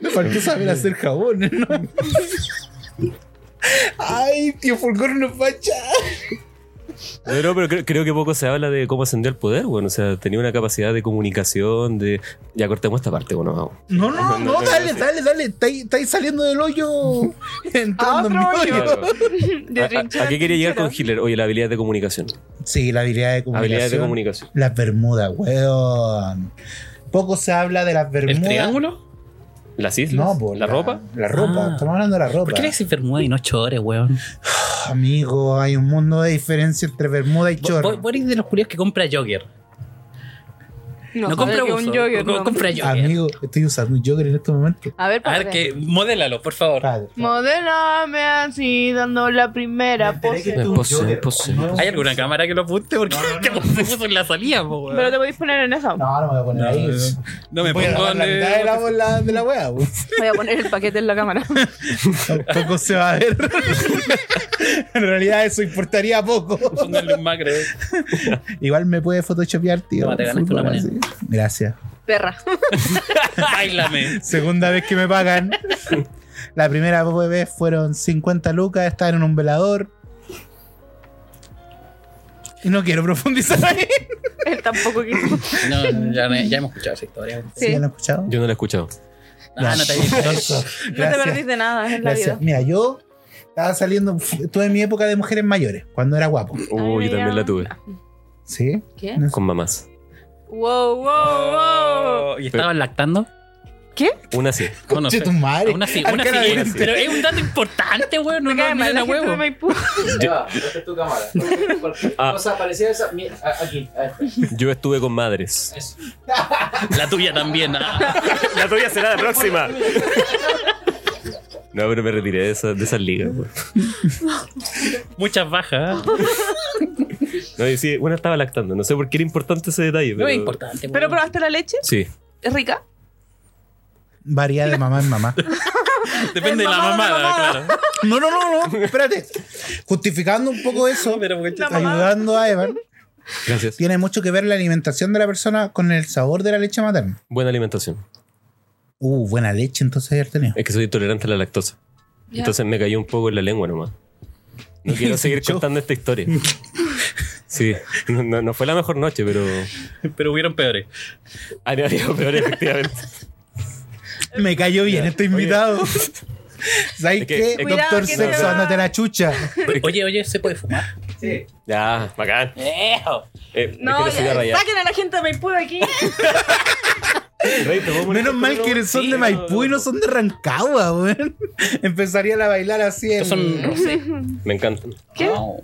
S1: Me faltó saber hacer jabón, ¿no? Ay, tío Fulgor no facha.
S5: Pero, pero creo, creo que poco se habla de cómo ascendió al poder, bueno. O sea, tenía una capacidad de comunicación, de. Ya cortemos esta parte, bueno, vamos.
S1: No, no, no, dale, dale, dale. Está ahí, está ahí saliendo del hoyo. Entrando en mi
S3: Ah, otro
S1: hoyo.
S3: hoyo.
S5: Claro.
S3: De
S5: ¿A, a-
S3: trinchera
S5: a qué quería llegar
S3: trinchera.
S5: con Hitler? Oye, la habilidad de comunicación.
S1: Sí, la habilidad de comunicación.
S5: Habilidad de comunicación.
S1: Las Bermudas, weón. Poco se habla de las
S2: ¿El
S1: Bermudas.
S2: triángulo?
S5: ¿Las islas?
S1: No, po,
S5: pues, ¿La, ropa?
S1: La ropa,
S2: Ah.
S1: estamos hablando de la ropa. Ah,
S2: ¿Por qué le decís Bermuda y no Chores, weón?
S1: Amigo, hay un mundo de diferencia entre Bermuda y
S2: Vos
S1: Chorro.
S2: vos eres de los culiados que compra Jogger. No,
S3: sabe
S2: compra
S3: que
S2: buzo,
S3: un jogger,
S2: co-
S3: no.
S2: compra Jogger.
S1: Amigo, estoy usando un Joker en estos momentos.
S3: A ver,
S2: A ver,
S3: padre.
S2: que modélalo, por favor.
S1: Padre.
S3: Modélame así, dando la primera pose.
S5: tú- Pose, pose,
S2: ¿Hay alguna cámara que lo apunte? Porque te lo puso en la salida, po,
S3: Pero
S2: weón.
S3: te podéis poner en eso.
S1: No, no me voy a poner
S2: No,
S1: ahí.
S2: no, No me
S1: Voy a
S2: pongo
S1: dar la
S2: en-
S1: mitad de la bola de la wea, weón.
S3: Voy a poner el paquete en la cámara.
S1: Tampoco se va a ver. en realidad eso importaría poco.
S2: Póngale un macro.
S1: Igual me puede photoshopear, tío.
S2: Toma, te ganaste una moneda.
S1: Así. Gracias.
S3: Perra.
S2: Báilame.
S1: Segunda vez que me pagan. La primera vez fueron 50 lucas, estar en un velador. Y no quiero profundizar ahí.
S3: Él tampoco quiso.
S2: No, ya, ya hemos escuchado esa historia.
S1: ¿Sí? ¿Ya
S3: Sí.
S1: lo
S3: No
S1: han escuchado?
S5: Yo no la he escuchado.
S2: Ah, no te había
S1: Eso.
S3: te
S1: Gracias.
S3: perdís de nada en la
S1: Gracias.
S3: vida.
S1: Mira, yo estaba saliendo, tuve mi época de mujeres mayores, cuando era guapo.
S5: Uy,
S3: Ay,
S5: también la
S3: ya.
S5: tuve.
S1: ¿Sí?
S3: ¿Qué?
S1: No sé.
S5: Con mamás.
S3: Wow, wow, wow.
S2: ¿Y estaban lactando?
S5: Una sí.
S2: No, no
S1: Conche
S2: sé.
S1: tu madre.
S2: Una sí,
S1: Arcana
S2: una sí,
S1: de-
S2: Pero es un dato importante, weón. No
S3: Me
S2: nos
S3: cae mal
S2: olviden
S3: la
S2: a
S3: gente de
S2: huevo.
S3: Maipú.
S4: Ya, esta es tu cámara. Cualquier- cualquier
S5: Ah.
S4: Cosa parecida a esa. Mira, a- aquí. a esta.
S5: Yo estuve con madres.
S4: Eso.
S2: La tuya también. ah.
S5: La tuya será la próxima. No, pero me retiré de esas de esas ligas. pues. po.
S2: Muchas bajas.
S5: No, y sí, una estaba lactando. No sé por qué era importante ese detalle. Pero...
S2: No es importante,
S3: ¿Pero
S2: weón.
S3: probaste la leche?
S5: Sí.
S3: ¿Es rica?
S1: Varía de mamá en mamá.
S2: Depende de la
S3: mamada,
S2: mamada,
S3: la mamada.
S2: claro.
S1: No, no, no, no. Espérate. Justificando un poco eso,
S2: Pero, weón,
S3: La mamada.
S1: ayudando a Evan,
S5: Gracias.
S1: tiene mucho que ver la alimentación de la persona con el sabor de la leche materna.
S5: Buena alimentación.
S1: Uh, buena leche, entonces ayer tenía.
S5: Es que soy intolerante a la lactosa.
S3: Ya.
S5: Entonces me cayó un poco en la lengua nomás. No quiero seguir
S1: Yo-
S5: contando esta historia. Sí, no, no- no fue la mejor noche, pero.
S2: pero hubieron peores.
S5: Había habido peor, efectivamente.
S1: Me cayó bien este invitado. ¿Sabes
S5: Es que-
S1: qué?
S5: es
S1: Doctor
S5: que-
S3: Cuidado, que te
S1: Sexo,
S3: va.
S1: andate la chucha.
S2: Oye, oye, ¿se puede fumar?
S4: Sí.
S5: Ya, bacán.
S2: ¡Ejo!
S5: Eh,
S3: No,
S5: es que
S3: ya,
S5: no se
S3: saquen a la gente de Maipú de aquí.
S1: Menos mal que son de Maipú y no son de Rancagua, weón. Empezarían a bailar así. En...
S2: Estos son rosé.
S5: Me encantan.
S3: ¿Qué?
S2: No.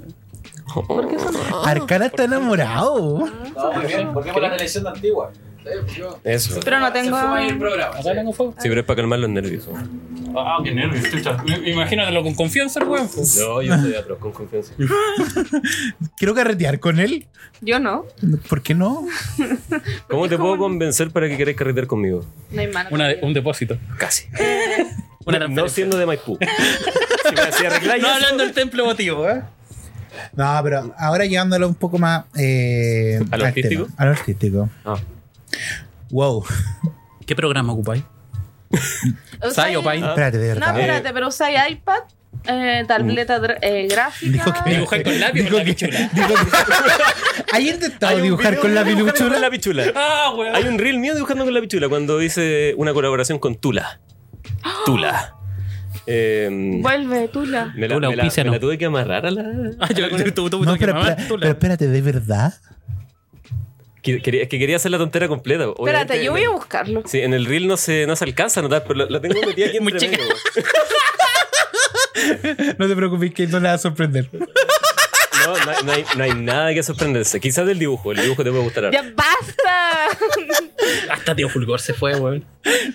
S3: ¿Por qué son?
S1: Arcana está enamorado.
S4: No, muy bien. Volvemos a la televisión de antigua. Sí, yo-
S5: Eso.
S3: Pero no tengo.
S4: Se fuma ahí el programa.
S2: Acá tengo fuego.
S5: Sí, pero es para calmar los nervios. weón.
S2: Ah, qué nervios. chucha. Me- Imagínatelo con confianza, el weón.
S5: No, yo estoy atroz, con confianza.
S1: Quiero carretear con él.
S3: Yo no.
S1: ¿Por qué no?
S5: ¿Cómo te puedo convencer para que queráis carretear conmigo?
S3: No hay mano.
S2: Una de- un depósito.
S5: Casi.
S2: Una
S5: No
S2: transferencia.
S5: siendo de Maipú. Si me hacía arreglar,
S2: No
S5: ya-
S2: hablando del templo motivo, ¿eh?
S1: No, pero ahora llevándolo un poco más. eh,
S5: ¿A lo
S1: al tema,
S5: artístico?
S1: a lo artístico.
S5: Ah.
S1: Wow.
S2: ¿Qué programa ocupáis? ¿Sai o
S5: Ah.
S2: Pai?
S1: Espérate, de
S3: No,
S1: verdad.
S3: espérate, pero usáis iPad, eh, tableta dr- eh, gráfica.
S1: Dijo que-
S2: Dibujar con lápiz
S1: Dijo
S2: con la
S1: que-
S2: pichula.
S1: dijo que- ¿Hay intentado
S5: Hay un
S1: dibujar
S5: video
S1: con la
S5: de dibujando
S1: pichula?
S5: con la pichula.
S2: Ah, weón.
S5: Hay un reel mío dibujando con la pichula cuando hice una colaboración con Tula. Tula. Eh,
S3: Vuelve, Tula.
S5: me, la,
S2: Tula,
S5: me la-
S2: auspicia,
S5: me
S2: no.
S5: la tuve que amarrar a la.
S2: Ah, yo, tú, tú, tú,
S1: No,
S2: que
S1: pero,
S2: mamá,
S1: espera-
S2: tú la-
S1: pero espérate, ¿de verdad?
S5: Que- quería- Es que quería hacer la tontera completa.
S3: Espérate,
S5: Obviamente,
S3: yo voy a buscarlo.
S5: Sí, en el reel no se, no se alcanza a notar, pero la tengo metida aquí
S2: Muy
S5: entre
S2: chica.
S5: medio.
S1: No te preocupes que no le va a sorprender.
S5: No, no, hay- no hay, no hay nada que sorprenderse. Quizás del dibujo. El dibujo te puede gustar.
S3: ¡Ya basta!
S2: Hasta tío Fulgor se fue, weón.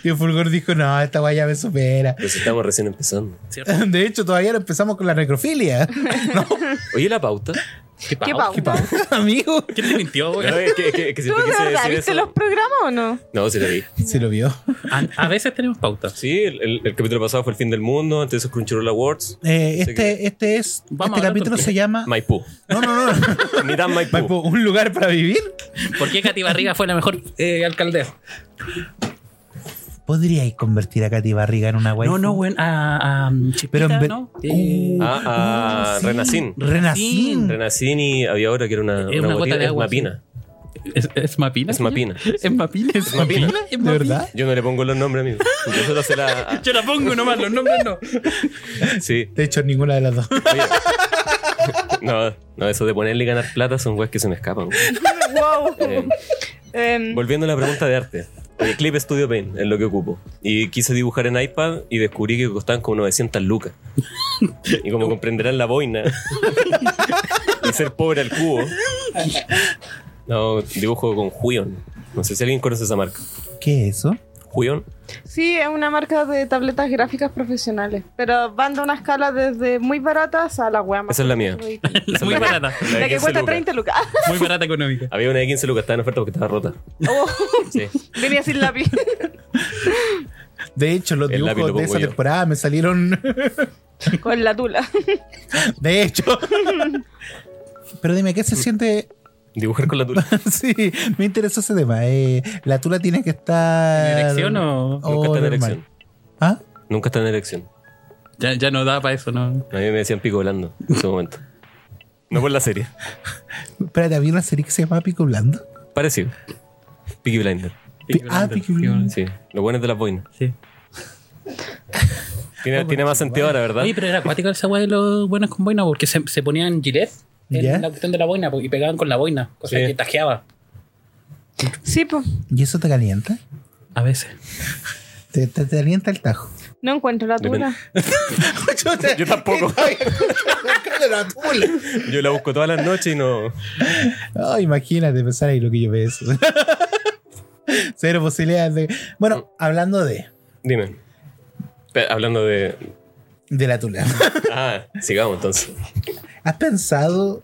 S1: Tío Fulgor dijo, no, esta guay ya me supera.
S5: Pues estamos recién empezando.
S2: ¿Cierto?
S1: De hecho, todavía no empezamos con la necrofilia. No,
S5: Oye, la pauta.
S2: ¿Qué
S3: ¿Qué
S2: pau?
S3: pausa?
S1: qué pavo, amigo.
S2: ¿Quién te mintió,
S5: Claro,
S2: weón?
S5: es que, es que- es que
S3: ¿Tú
S5: siempre
S3: de
S5: quise
S3: verdad
S5: decir
S3: viste
S5: eso.
S3: los programas o no?
S5: No, sí la vi.
S1: Se lo vio.
S2: A, a veces tenemos pautas.
S5: Sí, el, el- el capítulo pasado fue el fin del mundo, antes eso Crunchyroll Awards.
S1: Eh,
S5: Así
S1: este, este es.
S2: Vamos a
S1: este
S2: hablar
S1: capítulo
S2: con-
S1: se
S3: Ah.
S1: llama.
S5: Maipú.
S1: No, no, no.
S5: Mitad Maipú.
S1: Maipú, ¿Un lugar para vivir?
S2: ¿Por qué Katy Barriga fue la mejor eh, alcaldesa?
S1: ¿Podríais convertir a Katy Barriga en una guay?
S2: No, no, weón. A, a
S1: Pues Pero en
S2: Chispita,
S1: ver-
S2: ¿no? Eh,
S1: Uh,
S5: Ah, ah,
S1: sí.
S5: Renacín.
S1: Renacín.
S5: Renacín y había otra que era una,
S2: Es una gota de
S5: es
S2: agua,
S5: Mapina.
S2: ¿es, ¿Es Mapina?
S5: Es Mapina.
S2: ¿Es Mapina? ¿Es
S5: Mapina.
S1: ¿De
S2: ¿Es Mapina?
S1: verdad?
S5: Yo no le pongo los nombres, amigo. Yo solo se la.
S2: Yo la pongo nomás, los nombres no.
S5: Sí.
S1: De hecho, ninguna de las dos.
S5: Oye. No, no, eso de ponerle y ganar plata son weas que se me escapan.
S3: ¡Wow!
S5: Eh,
S3: Em,
S5: Volviendo a la pregunta de arte. El Clip Studio Paint es lo que ocupo. Y quise dibujar en iPad y descubrí que costaban como 900 lucas. Y como comprenderán la boina y ser pobre al cubo. No, dibujo con Huion. No sé si alguien conoce esa marca.
S1: ¿Qué es eso?
S5: Huion.
S3: sí, es una marca de tabletas gráficas profesionales, pero van de una escala desde muy baratas a la wea más.
S5: Esa es la mía.
S3: ridícula.
S5: Esa
S2: Muy
S5: es la-
S2: barata.
S5: la de
S3: La que
S5: 15
S3: cuesta
S5: lucas.
S3: 30 lucas.
S2: Muy barata económica.
S5: Había una de 15 lucas, estaba en oferta porque estaba rota.
S3: Oh,
S5: Sí.
S3: venía sin lápiz.
S1: De hecho, los
S5: El lápiz lo
S1: dibujos de
S5: pongo
S1: esa
S5: yo.
S1: temporada me salieron.
S3: Con la tula.
S1: De hecho. Pero dime, ¿qué se siente?
S5: Dibujar con la tula.
S1: Sí, me interesa ese tema. Eh, la tula tiene que estar.
S2: ¿En erección o...?
S1: Oh,
S5: Nunca está en
S1: normal.
S5: erección.
S1: ¿Ah?
S5: Nunca está en erección.
S2: Ya, ya no da para eso, ¿no?
S5: A mí me decían pico volando en ese momento. No por la serie.
S1: Espérate, había una serie que se llamaba Pico Blando.
S5: Parecido. Peaky Blinder.
S1: Pi- ah, Peaky Blinders.
S5: Sí, lo bueno es de las boinas.
S2: Sí.
S5: Tiene, tiene más sentido ahora, ¿verdad?
S2: Oye, pero era acuático esa weá de los buenos con boina, porque se, se ponían gilet en
S1: Ya.
S2: la cuestión de la boina po, y pegaban con la boina, cosa
S5: Sí.
S2: que tajeaba
S3: Sí, pues.
S1: ¿Y eso te calienta?
S2: a veces.
S1: Te, te- te calienta el tajo.
S3: No encuentro la
S5: Depende.
S3: tula.
S5: Yo tampoco.
S1: la tula.
S5: Yo la busco todas las noches y no.
S1: Oh, imagínate pensar ahí lo que yo veo. Cero posibilidades de. Bueno, hablando de.
S5: Dime. Pe- Hablando de.
S1: De la tula.
S5: Ah, sigamos entonces.
S1: ¿Has pensado?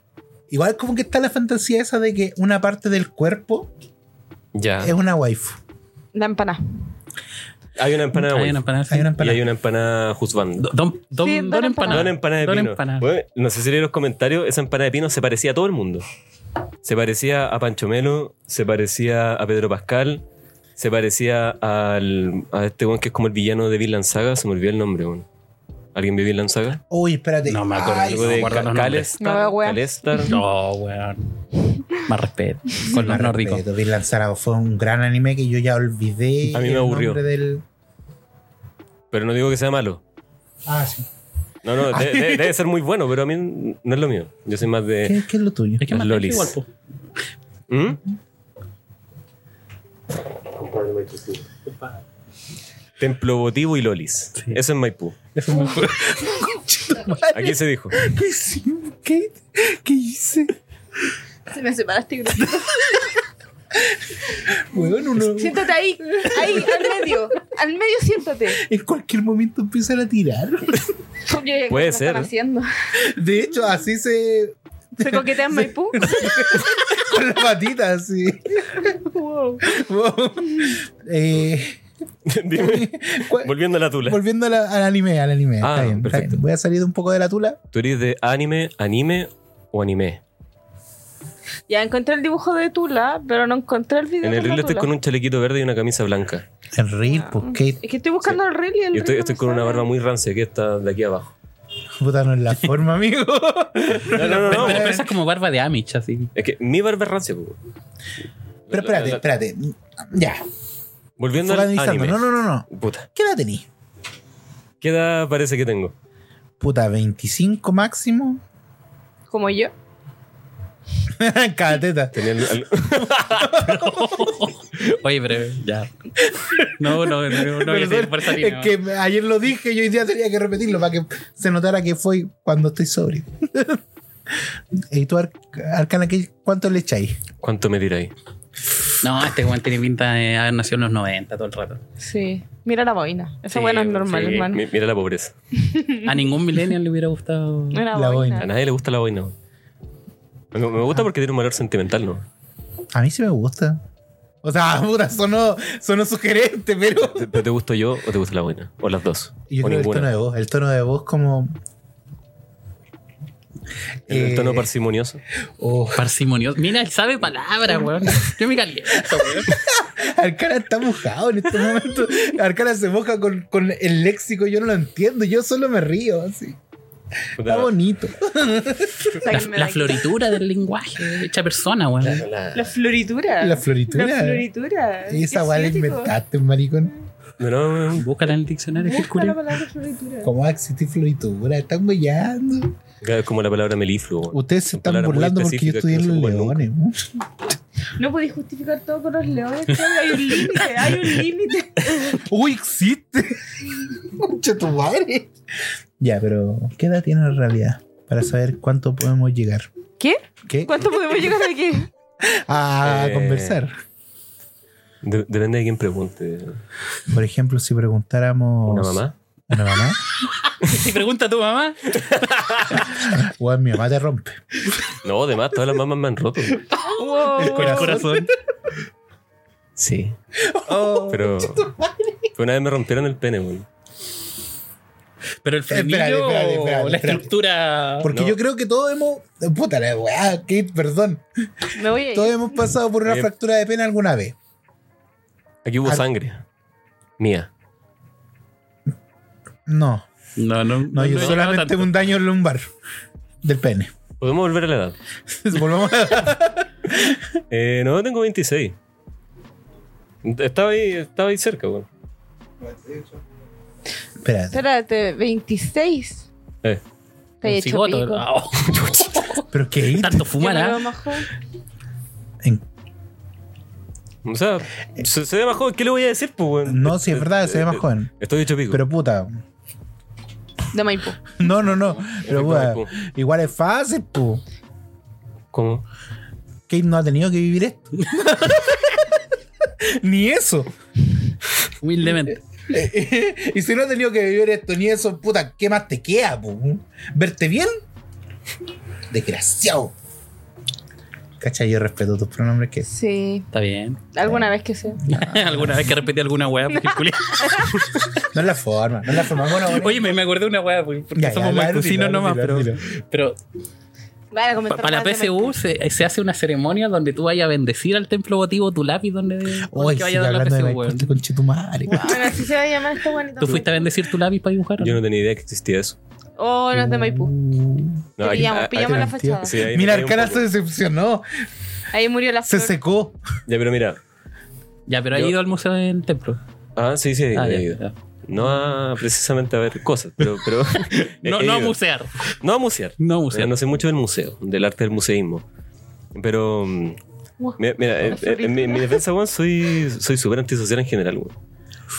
S1: Igual como que está la fantasía esa de que una parte del cuerpo
S5: Ya.
S1: es una waifu.
S3: La empanada.
S5: Hay una empanada.
S2: Hay
S5: güey.
S2: una empanada.
S1: Hay una
S5: Y
S1: empanada.
S5: Ah, hay una empanada Husband.
S2: Do- Don, don,
S3: Sí,
S2: don
S3: don
S2: empanada.
S5: Una empanada de
S2: Ah, Don
S5: pino.
S2: empanada.
S5: Bueno, no sé si leí los comentarios. Esa empanada de pino se parecía a todo el mundo. Se parecía a Pancho Melo, se parecía a Pedro Pascal, se parecía al, a este weón que es como el villano de Vinland Saga. Se me olvidó el nombre, weón. ¿Alguien vio Vinland Saga?
S1: Uy, espérate.
S2: No me acuerdo.
S1: Ay,
S5: Algo
S2: no
S5: de
S2: guardo los
S5: Ca-
S2: nombres.
S5: Calestar,
S3: No, weón.
S5: Calestar.
S2: No, weón. Más respeto. Con los
S1: más
S2: nórdicos.
S1: respeto, Vinland Saga oh, fue un gran anime que yo ya olvidé.
S5: A mí me
S1: el
S5: aburrió.
S1: nombre del-
S5: Pero no digo que sea malo.
S1: Ah, sí.
S5: No, no, de- de- debe ser muy bueno, pero a mí no es lo mío. Yo soy más de.
S1: ¿Qué, qué es lo tuyo?
S2: Es que
S5: Las
S2: más
S5: lolis.
S2: igual, po.
S5: ¿Mm? Templo votivo y lolis.
S2: Sí.
S5: Eso es Maipú.
S2: Eso es muy fu-
S5: Aquí se dijo.
S1: ¿Qué, hicimos? ¿Qué, qué hice?
S3: Se me separaste, grupo.
S1: Bueno, uno
S3: Siéntate ahí, ahí, al medio. Al medio, siéntate.
S1: en cualquier momento empiezan a tirar.
S3: Oye, ¿qué
S5: Puede
S3: me están
S5: ser.
S3: haciendo?
S1: De hecho, así se.
S3: ¿Se coquetean Maipú?
S1: con la patita, así.
S3: Wow.
S1: Wow. Eh,
S5: Dime.
S1: ¿cuál-
S5: Volviendo a la tula.
S1: Volviendo a la- al anime, al anime.
S5: Ah,
S1: está bien, está
S5: perfecto.
S1: bien. Voy a salir un poco de la tula.
S5: ¿Tú eres de anime, anime o anime?
S3: Ya encontré el dibujo de Tula, pero no encontré el video
S5: En el
S3: de la
S5: reel estoy
S3: Tula. Ah.
S5: con un chalequito verde y una camisa blanca.
S1: El reel, pues Kate,
S3: Es que estoy buscando el reel y el
S5: Y estoy,
S3: reel no
S5: estoy
S3: me
S5: con una
S3: sale.
S5: barba muy rancia que está de aquí abajo.
S1: puta, no es la forma, amigo.
S5: No, no, no.
S2: Pero,
S5: no.
S2: pero esa es como barba de Amish, así.
S5: Es que mi barba es rancia. po.
S1: Pero espérate, espérate. Ya,
S5: Volviendo al
S1: focalizando.
S5: anime.
S1: No, no, no, no.
S5: Puta.
S1: ¿Qué edad tenés?
S5: ¿Qué edad parece que tengo?
S1: Puta, 25 máximo.
S3: Como yo.
S1: Cateta.
S5: Tenía el- al-
S2: Oye, pero ya. No, no, no, no, voy a
S1: Perdón,
S2: seguir por esa línea.
S1: es que me- ayer lo dije y hoy día tenía que repetirlo para que se notara que fue cuando estoy sobrio. Eh, ¿Y tú, Ar- Arcana, qué- cuánto le echáis?
S5: ¿Cuánto me tiráis?
S2: No, este Juan tiene pinta de haber nacido en los 90 todo el rato.
S3: Sí. Mira la boina. Esa
S2: Sí,
S3: buena es normal,
S2: sí.
S3: hermano.
S5: Mi- Mira la pobreza.
S2: A ningún millennial le hubiera gustado.
S3: Una
S1: La boina.
S5: A nadie le gusta la boina. Me, me gusta porque tiene un valor sentimental, ¿no?
S1: A mí sí me gusta. O sea, puta, sonó, sonó sugerente, pero.
S5: ¿Te- ¿Pero te gusto yo o te gusta la boina? O las dos.
S1: Yo
S5: o
S1: creo que el tono
S5: ninguna.
S1: de voz. El tono de voz como.
S5: El, el
S1: Eh,
S5: tono parsimonioso.
S1: oh,
S2: Parsimonioso. Mira, él sabe palabras, weón. Yo me caliento, weón.
S1: Arcana está mojado en este momento. Arcana se moja con, con el léxico, yo no lo entiendo, yo solo me río. Así. Está bonito.
S2: La,
S3: Sáquenme de
S2: la
S3: aquí.
S2: floritura del lenguaje, hecha persona, weón.
S3: La floritura.
S1: La floritura.
S3: La floritura.
S1: Esa
S3: Qué
S1: weá la
S3: asiático.
S1: inventaste, maricón.
S5: No, no, no.
S2: Búscala en el diccionario, qué
S3: Busca la
S2: curioso.
S3: palabra floritura.
S1: ¿Cómo va a existir floritura? Están guayando.
S5: Es como la palabra melifluo. weón.
S1: Ustedes se
S5: Son
S1: están
S5: palabras muy
S1: burlando porque yo
S5: específicas que
S1: estudié en
S5: no
S1: los
S5: se ocupan
S1: leones.
S3: No podéis justificar todo con los leones. Claudia. Hay un límite. Hay un límite.
S1: ¡Uy, existe! ¡Mucha tu madre! Ya, pero ¿qué edad tiene en realidad? Para saber cuánto podemos llegar.
S3: ¿Qué?
S1: ¿Qué?
S3: ¿Cuánto podemos llegar aquí?
S1: A
S5: Eh.
S1: conversar.
S5: De- depende de quién pregunte.
S1: Por ejemplo, si preguntáramos.
S5: ¿Una mamá?
S1: ¿A ¿Una mamá?
S2: Si pregunta a tu mamá,
S1: O a mi mamá te rompe.
S5: No, además, todas las mamás me han roto.
S3: Wow.
S2: corazón.
S5: Sí. Oh. Pero. Fue una vez me rompieron el pene, weón.
S2: Pero el
S1: Espérate,
S2: frenillo,
S1: espérate, espérate,
S2: la
S1: espérate.
S2: estructura.
S1: Porque
S5: No.
S1: yo creo que todos hemos. Puta la weá, Kate, perdón.
S3: Me voy a ir.
S1: Todos hemos pasado por una
S5: Eh.
S1: fractura de pena alguna vez.
S5: Aquí hubo
S1: Ah.
S5: sangre. Mía.
S1: No.
S2: No, no,
S1: No, yo
S2: no,
S1: solamente
S2: no,
S1: un daño lumbar del pene.
S5: Podemos volver a la edad.
S1: Volvamos a-
S5: Eh, no, tengo 26. Estaba ahí, estaba ahí cerca, weón.
S1: Espérate.
S3: Espérate, 26.
S5: Eh.
S3: este Te he
S2: un
S3: hecho
S2: cigoto.
S3: pico.
S2: Ah, oh,
S1: Pero Kate,
S2: tanto
S3: Yo
S2: fumar,
S3: me
S2: ¿ah?
S3: veo más joven.
S1: en-
S5: O sea,
S1: Eh,
S5: se, se ve más joven. ¿Qué le voy a decir, pues, weón?
S1: no, sí, es verdad, se ve más joven.
S5: Estoy hecho pico.
S1: Pero puta.
S3: De Maipú.
S1: No, no, no. Pero puta,
S5: Maipú.
S1: igual es fácil, pu.
S5: ¿Cómo?
S1: Kate no ha tenido que vivir esto. ni eso.
S2: Humildemente.
S1: y si no ha tenido que vivir esto, ni eso, puta, ¿qué más te queda, pu? ¿Verte bien? Desgraciado. Cacha, yo respeto tus pronombres que
S3: Sí.
S2: Está bien.
S3: Alguna vez que sea.
S2: alguna vez que repetí alguna weá particular.
S1: No es la forma, no es la forma. Bueno, bueno.
S2: Oye, me, me acordé de una weá, porque
S1: Ya, ya,
S2: somos
S1: la-
S2: marcusinos
S1: la-
S2: nomás,
S1: la- la-
S2: pero,
S1: la-
S2: pero
S3: Vale,
S2: pa-
S3: comentar
S2: para la
S3: más de
S2: PSU se, se hace una ceremonia donde tú vayas a bendecir al templo votivo tu lápiz donde, donde
S1: Hoy
S2: que
S1: sigue
S2: vaya a dar la
S1: hablando de
S2: PSU,
S1: Maipú,
S2: weón.
S1: este conchetumare.
S3: Bueno, así se va a llamar este esta bonita.
S2: ¿Tú fuiste a bendecir tu lápiz para dibujar?
S5: Yo no tenía idea que existía eso.
S3: Oh, no es de Maipú.
S5: No,
S3: Te
S5: aquí-
S3: pillamos,
S5: a- a-
S3: pillamos la
S1: aquí-
S3: fachada.
S5: sí, ahí-
S1: Mira,
S5: ahí un
S1: Arcana
S5: poco.
S1: se decepcionó.
S3: Ahí murió la
S1: Se
S3: flor.
S1: secó.
S5: Ya, pero mira.
S2: Ya, pero
S5: Yo-
S2: has ido al museo del templo.
S5: Ah, sí, sí,
S2: Ah,
S5: he
S2: ya,
S5: ido.
S2: ya.
S5: No a, precisamente a ver cosas, pero... pero
S2: No,
S5: he
S2: no a
S5: ido.
S2: musear.
S5: No a musear.
S2: No a
S5: O sea,
S2: musear.
S5: no sé mucho del museo, del arte del museísmo. Pero... mm, Mira, mira, eh, eh, en, mi, en mi defensa, weón, soy soy súper antisocial en general, weón.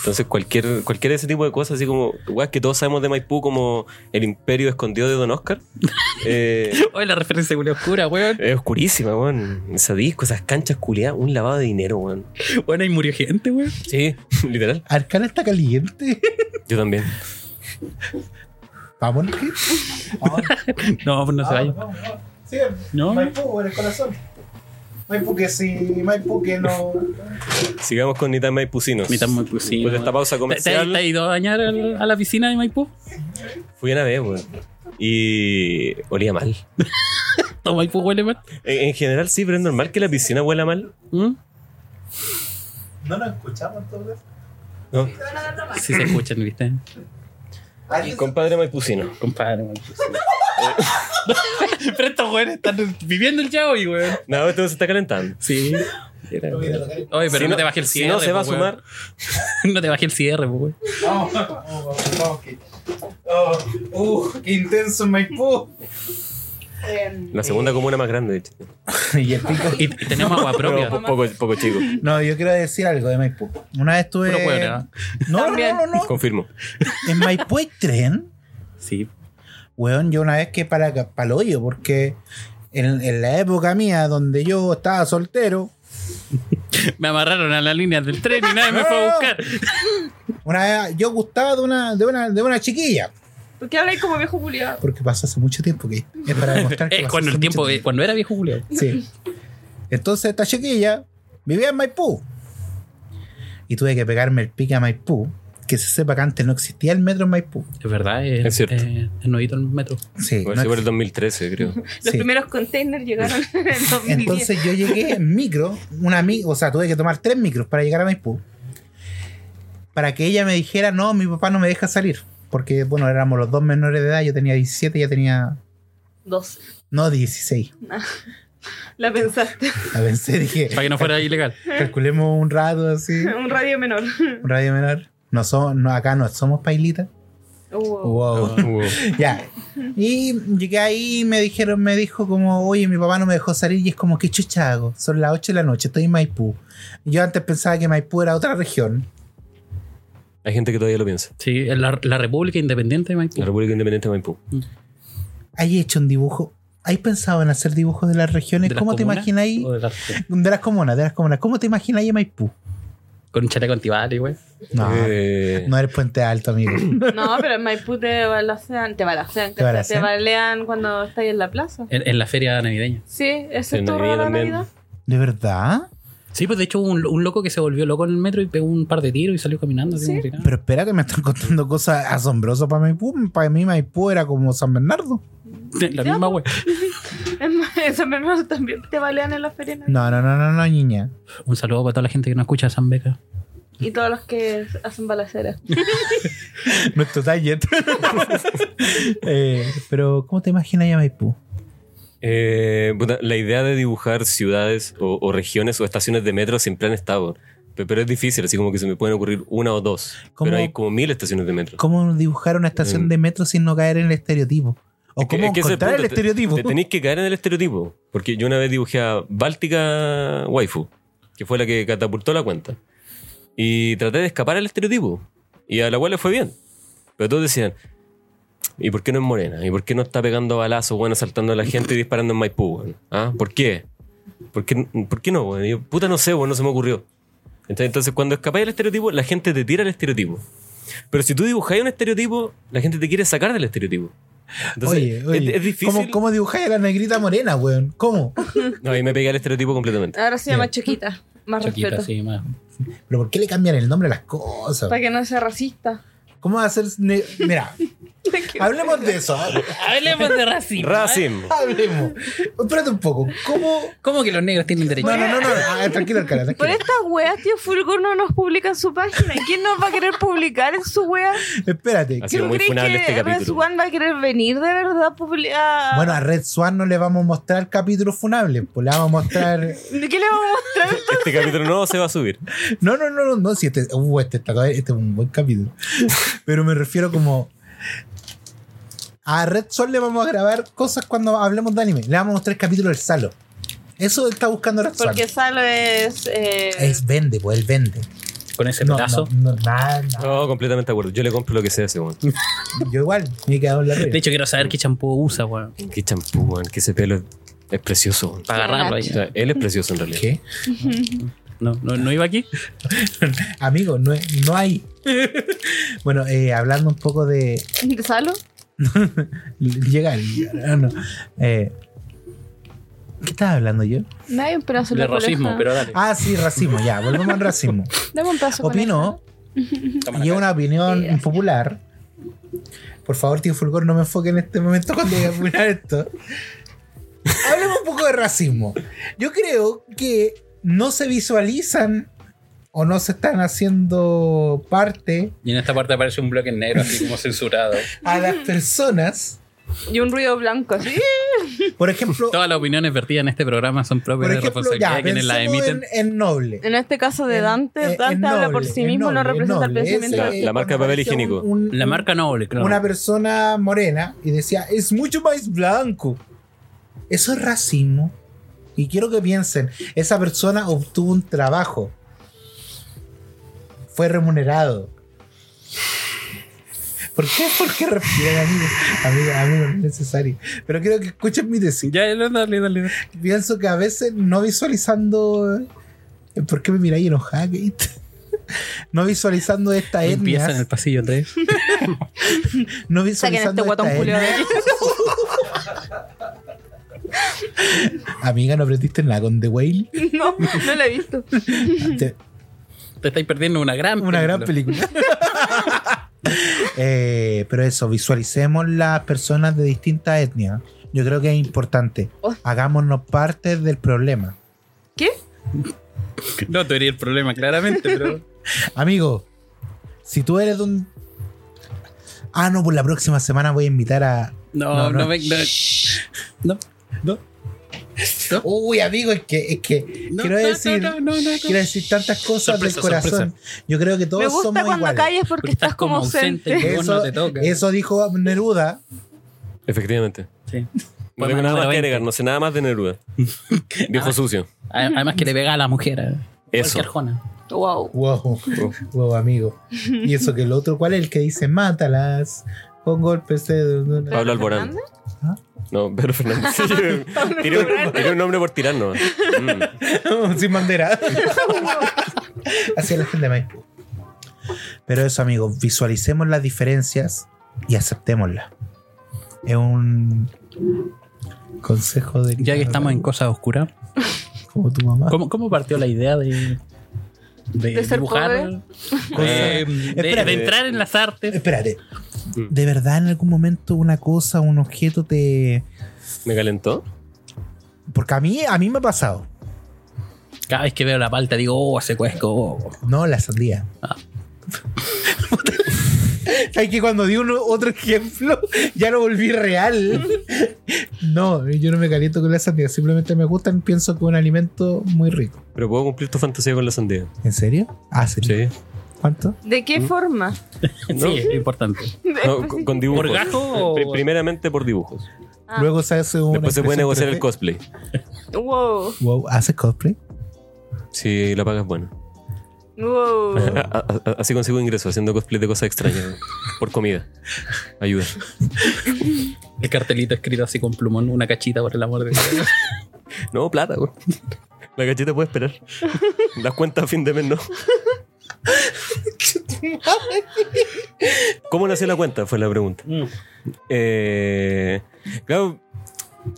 S5: Entonces, cualquier, cualquier de ese tipo de cosas, así como, weón, que todos sabemos de Maipú como el imperio escondido de Don Oscar, eh,
S2: Oye, la referencia de oscura, weón.
S5: es oscurísima, weón. Esa disco, esas canchas culiadas, un lavado de dinero, weón.
S2: Bueno, ahí murió gente, weón.
S5: Sí, literal.
S1: Arcana está caliente.
S5: Yo también.
S1: Vámonos.
S2: No, pues no se vaya.
S1: vamos, vamos. Sí,
S2: No.
S1: Maipú en el corazón. Maipú que sí, Maipú que no.
S5: Sigamos con Nitan Maipucinos.
S2: Ni tan muy pusino,
S5: Después de esta
S2: weón.
S5: pausa
S2: pues, ¿Te, te- te
S5: comercial,
S2: has ido a bañar al- a la piscina de Maipú?
S5: fui una vez, weón. Y olía mal.
S2: ¿Todo Maipú huele mal?
S5: En, en general, sí, pero es normal que la piscina huela mal.
S2: ¿Mm?
S1: No nos escuchamos entonces.
S5: No.
S2: Sí se escuchan, ¿viste?
S5: Y compadre Maipucino.
S2: Compadre, pues, Maipú. Pero estos weones están viviendo el chavo y weón.
S5: No, esto se está calentando.
S2: Sí. Oye, pero
S5: Si
S2: no,
S5: no-
S2: te bajes el
S5: si
S2: cierre.
S5: no se va
S2: po,
S5: a
S2: weón. no te bajes el cierre, po, weón.
S1: Vamos, vamos, vamos. que- Oh, uh, qué intenso Maipú.
S5: La segunda comuna más grande, de hecho.
S1: y el pico.
S2: Y, y tenemos agua propia.
S5: Pero po- poco, poco chico.
S1: No, yo quiero decir algo de Maipú. Una vez estuve.
S2: Puro ¿eh? hueón, ¿no?
S1: No, no,
S3: También.
S1: no, no, no.
S5: Confirmo.
S1: En Maipú hay tren.
S2: Sí.
S1: Weón, yo una vez que para el hoyo, porque en, en la época mía donde yo estaba soltero,
S2: Me amarraron a las líneas del tren y nadie me fue a buscar.
S1: una vez yo gustaba de una, de una, de una chiquilla.
S3: ¿Por qué habláis como viejo culiado?
S1: Porque pasó hace mucho tiempo que es para demostrar que
S2: Es
S1: pasó
S2: cuando
S1: hace
S2: el tiempo,
S1: mucho
S2: eh, cuando era viejo Julio.
S1: Sí. Entonces esta chiquilla vivía en Maipú. Y tuve que pegarme el pique a Maipú. Que se sepa que antes no existía el metro en Maipú.
S2: Es verdad, es,
S5: Es cierto.
S2: eh, es nuevito el metro. Pues
S1: Sí,
S5: Fue
S1: no
S5: así
S1: ex-
S5: por el 2013, creo.
S3: Los
S1: sí.
S3: primeros containers llegaron en el 2010.
S1: Entonces yo llegué en micro, una mi- o sea, tuve que tomar tres micros para llegar a Maipú. Para que ella me dijera, no, mi papá no me deja salir. Porque, bueno, éramos los dos menores de edad, yo tenía 17, ella tenía,
S3: Dos.
S1: no, 16.
S3: La pensaste.
S1: La pensé, dije,
S2: Para que no fuera ilegal.
S1: calculemos un rato así,
S3: Un radio menor.
S1: un radio menor. No somos, no, acá no somos pailitas.
S3: Oh, Wow.
S1: Wow.
S2: Ah,
S5: Hubo-
S1: Ya. Y llegué ahí y me dijeron, me dijo como, oye, mi papá no me dejó salir y es como, ¿qué chucha hago? Son las 8 de la noche, estoy en Maipú. Yo antes pensaba que Maipú era otra región.
S5: Hay gente que todavía lo piensa.
S2: Sí, es la, la República Independiente de
S5: La
S2: Maipú.
S5: República Independiente de Maipú.
S1: ¿Hay hecho un dibujo? ¿Hay pensado en hacer dibujos de las regiones?
S2: ¿De las
S1: ¿Cómo te
S2: comunas
S1: imagináis?
S2: o de las-
S1: De las comunas, de las comunas. ¿Cómo te imagináis a Maipú?
S2: Con un chaleco antibales, güey.
S1: No,
S5: Eh,
S1: no eres puente alto, amigo.
S3: No, pero en Maipú te balacean, te balacean,
S1: Te
S3: ¿cachai?
S1: balacean.
S3: te balean cuando estáis en la plaza.
S2: En, en la feria navideña.
S3: Sí, ese
S5: En
S3: es tu
S5: Navidad
S3: rol de
S5: también.
S3: Navidad.
S1: ¿De verdad?
S2: Sí, pues de hecho hubo un, un loco que se volvió loco en el metro y pegó un par de tiros y salió caminando. así
S3: Sí.
S2: como ah, si nada.
S1: Pero espera que me están contando cosas asombrosas para Maipú. Para mí Maipú era como San Bernardo.
S2: la misma, güey.
S3: En San Bernardo también te balean en la feria de
S1: No,
S3: Navidad.
S1: no, no, no, no, niña.
S2: Un saludo para toda la gente que no escucha a San Beca.
S3: Y todos los que hacen balaceras.
S1: Nuestro target. Eh, pero, ¿cómo te imagináis a Maipú?
S5: eh, puta, la idea de dibujar ciudades o, o regiones o estaciones de metro siempre han estado. Pe- Pero es difícil, así como que se me pueden ocurrir una o dos.
S1: ¿Cómo?
S5: Pero hay como mil estaciones de metro.
S1: ¿Cómo dibujar una estación
S5: Mm.
S1: de metro sin no caer en el estereotipo? ¿O
S5: Es que-
S1: cómo
S5: es que ese es
S1: encontrar el
S5: punto, te-
S1: estereotipo?
S5: Te tenéis que caer en el estereotipo. Porque yo una vez dibujé a Báltica Waifu, que fue la que catapultó la cuenta. Y traté de escapar al estereotipo. Y a la cual le fue bien. Pero todos decían, ¿y por qué no es morena? ¿Y por qué no está pegando balazos, bueno, saltando a la gente y disparando en Maipú, weón? ¿Ah? ¿Por qué? ¿Por qué, por qué no, weón? Y yo, puta, no sé, weón, no se me ocurrió. Entonces, entonces, cuando escapáis del estereotipo, la gente te tira el estereotipo. Pero si tú dibujáis un estereotipo, la gente te quiere sacar del estereotipo. Entonces,
S1: oye, oye,
S5: es, es difícil.
S1: ¿cómo, cómo dibujáis a la negrita morena, weón? ¿Cómo?
S5: No, ahí me pegué al estereotipo completamente.
S3: Ahora se llama
S1: Bien.
S3: Choquita. Más
S2: Chiquita,
S3: respeto.
S2: sí, más.
S1: ¿Pero por qué le cambian el nombre a las cosas?
S3: Para que no sea racista.
S1: ¿Cómo va a ser? ne- Mira, Hablemos de eso.
S2: Hablemos de racismo.
S5: Racism.
S1: Hablemos. Espérate un poco. ¿Cómo?
S2: ¿Cómo que los negros tienen derecho?
S1: No, no, no, no. Ah, tranquilo, Alcalá.
S3: Por
S1: tranquilo.
S3: estas weas, tío Fulgor no nos publica en su página. ¿Quién nos va a querer publicar en su wea?
S1: Espérate.
S5: Ha
S3: ¿Tú
S5: sido muy
S3: crees
S5: funable este
S3: que Red
S5: capítulo.
S3: Swan va a querer venir de verdad a publicar?
S1: Bueno, a Red Swan no le vamos a mostrar capítulos funables, pues le vamos a mostrar.
S3: ¿Qué le vamos a mostrar?
S5: Este capítulo no se va a subir.
S1: No, no, no, no, no, si este, uh, este, está- este es un buen capítulo. Pero me refiero como. A Red Swan le vamos a grabar cosas cuando hablemos de anime. Le vamos a mostrar capítulos del Salo. Eso está buscando Red Swan.
S3: Porque Salo es. eh,
S1: Es vende, pues él vende.
S2: Con ese
S1: No,
S2: pedazo.
S1: no, no, nada, nada.
S5: No, completamente de acuerdo. Yo le compro lo que sea ese weón.
S1: Mm. Yo igual, me he quedado en la red.
S2: De hecho, quiero saber qué champú usa, weón.
S5: Qué champú, weón. Que ese pelo es, es precioso, weón.
S2: Para agarrarlo
S5: O
S2: ahí.
S5: sea, él es precioso en realidad.
S1: ¿Qué?
S2: No, no, no iba aquí.
S1: Amigo, no, no hay. bueno, eh, hablando un poco de.
S3: ¿de ¿Salo?
S1: Llega el. ah, no. Eh, ¿Qué estaba hablando yo?
S3: Dame un pedazo
S2: De
S3: de
S2: racismo,
S3: coneja.
S2: pero dale.
S1: Ah, sí, racismo, ya, volvemos al racismo.
S3: Dame un pedazo de coneja.
S1: Opino, y es una opinión popular. Por favor, tío Fulgor, no me enfoque en este momento cuando voy a opinar esto. Hablemos un poco de racismo. Yo creo que no se visualizan o no se están haciendo parte
S2: Y en esta parte aparece un bloque negro, así como censurado.
S1: a las personas.
S3: Y un ruido blanco, ¿sí?
S1: Por ejemplo,
S2: Todas las opiniones vertidas en este programa son propias
S1: por
S2: de
S1: ejemplo
S2: responsabilidad
S1: ya,
S2: de quienes
S1: pensemos
S2: las emiten.
S1: en, en Noble.
S3: En este caso de
S1: En-
S3: Dante,
S1: en- en
S3: Dante habla por
S1: Noble,
S3: sí
S1: en
S3: mismo, no
S1: Noble, en
S3: representa el
S1: Noble. Ese,
S3: pensamiento.
S5: La-
S1: eh,
S5: la marca de
S1: cuando
S5: papel
S1: apareció
S5: higiénico.
S1: un- un-
S2: La marca Noble, claro.
S1: una persona morena y decía, es mucho más blanco. Eso es racismo. Y quiero que piensen, esa persona obtuvo un trabajo. Fue remunerado. ¿Por qué? ¿Por qué respiran, amigos? Amigos, amigos, no es necesario. Pero quiero que escuchen mi decisión.
S2: Ya, dale, dale, dale.
S1: Pienso que a veces no visualizando... eh, ¿Por qué me miráis enojada, Kate? No visualizando esta etnia.
S2: Empieza en el pasillo 3.
S1: No
S3: Saquen a este
S1: visualizando
S3: guatón
S1: esta
S3: culiao de
S1: etnia.
S3: aquí.
S1: Amiga, ¿no aprendiste nada con The Whale?
S3: No, no lo he visto.
S1: Te-
S2: Te estáis perdiendo una gran
S1: Una gran película. Eh, pero eso, visualicemos las personas de distintas etnias. Yo creo que es importante.
S3: Oh.
S1: Hagámonos parte del problema.
S3: ¿Qué?
S2: No te vería el problema, claramente, pero.
S1: Amigo, si tú eres de un... Ah, no, pues la próxima semana voy a invitar a...
S2: No, no,
S1: no.
S2: me. No, no, no,
S1: Uy, amigo, es que... Es que
S2: no,
S1: quiero
S2: no,
S1: decir...
S2: no, no, no, no.
S1: Quiero decir tantas cosas
S5: Sorpresa,
S1: del corazón. Yo creo que todos
S3: Me gusta
S1: somos
S3: cuando
S1: iguales.
S3: calles porque estás como ausente.
S2: y vos no
S1: Eso,
S2: te toca.
S1: eso dijo Neruda.
S5: Efectivamente.
S2: Sí.
S5: No
S2: Poema
S5: tengo
S2: número
S5: nada más que
S2: 20.
S5: agregar, no sé nada más de Neruda.
S2: Ah.
S5: Viejo sucio.
S2: A- Además que le pega a la mujer. eh.
S5: Eso.
S2: Cualquier jona.
S3: Wow.
S1: Wow, wow, amigo. Y eso que el otro, ¿cuál es el que dice mátalas con golpes de.
S5: Pablo Alborán.
S3: Fernández?
S1: ¿Ah?
S5: No, Pedro Fernández. Sí, tiré, un, tiré un nombre por tirar nomás. Mm.
S1: Sin bandera. Así es la gente de Maipú. Pero eso, amigo, visualicemos las diferencias y aceptémoslas. Es un consejo de.
S2: Ya que estamos
S1: Ah.
S2: en cosas oscuras,
S1: Como tu mamá.
S2: ¿cómo, cómo partió la idea de. de,
S3: ¿De ser
S2: dibujar? Eh, de,
S1: Espérate.
S2: de entrar en las artes.
S1: Espérate. ¿De verdad en algún momento una cosa, un objeto te.?
S5: Me calentó.
S1: Porque a mí, a mí me ha pasado.
S2: Cada vez que veo la palta digo, oh, hace cuesco. oh.
S1: No, la sandía.
S2: Ah.
S1: Hay que cuando di uno- otro ejemplo, ya lo volví real. No, yo no me caliento con la sandía, simplemente me gustan, pienso que es un alimento muy rico.
S5: Pero puedo cumplir tu fantasía con la sandía.
S1: ¿En serio? Ah, sí.
S5: Sí.
S1: ¿Cuánto?
S3: ¿De qué forma?
S5: No.
S2: Sí, es importante.
S5: No, con, con dibujos.
S2: ¿Por gajo o-
S5: Pri- primeramente por dibujos.
S3: Ah.
S1: Luego se hace un.
S5: Después se puede negociar el cosplay.
S3: Wow.
S1: Wow, ¿haces cosplay?
S5: Si la paga es buena.
S3: Wow.
S2: Ah.
S5: A- a- a- Así consigo ingresos, haciendo cosplay de cosas extrañas. Por comida. Ayuda.
S2: El cartelito escrito así con plumón, una cachita por el amor de Dios.
S5: No, plata, güey. La cacheta puede esperar. Las cuentas a fin de mes no. ¿Cómo nació la cuenta? Fue la pregunta. Eh, claro,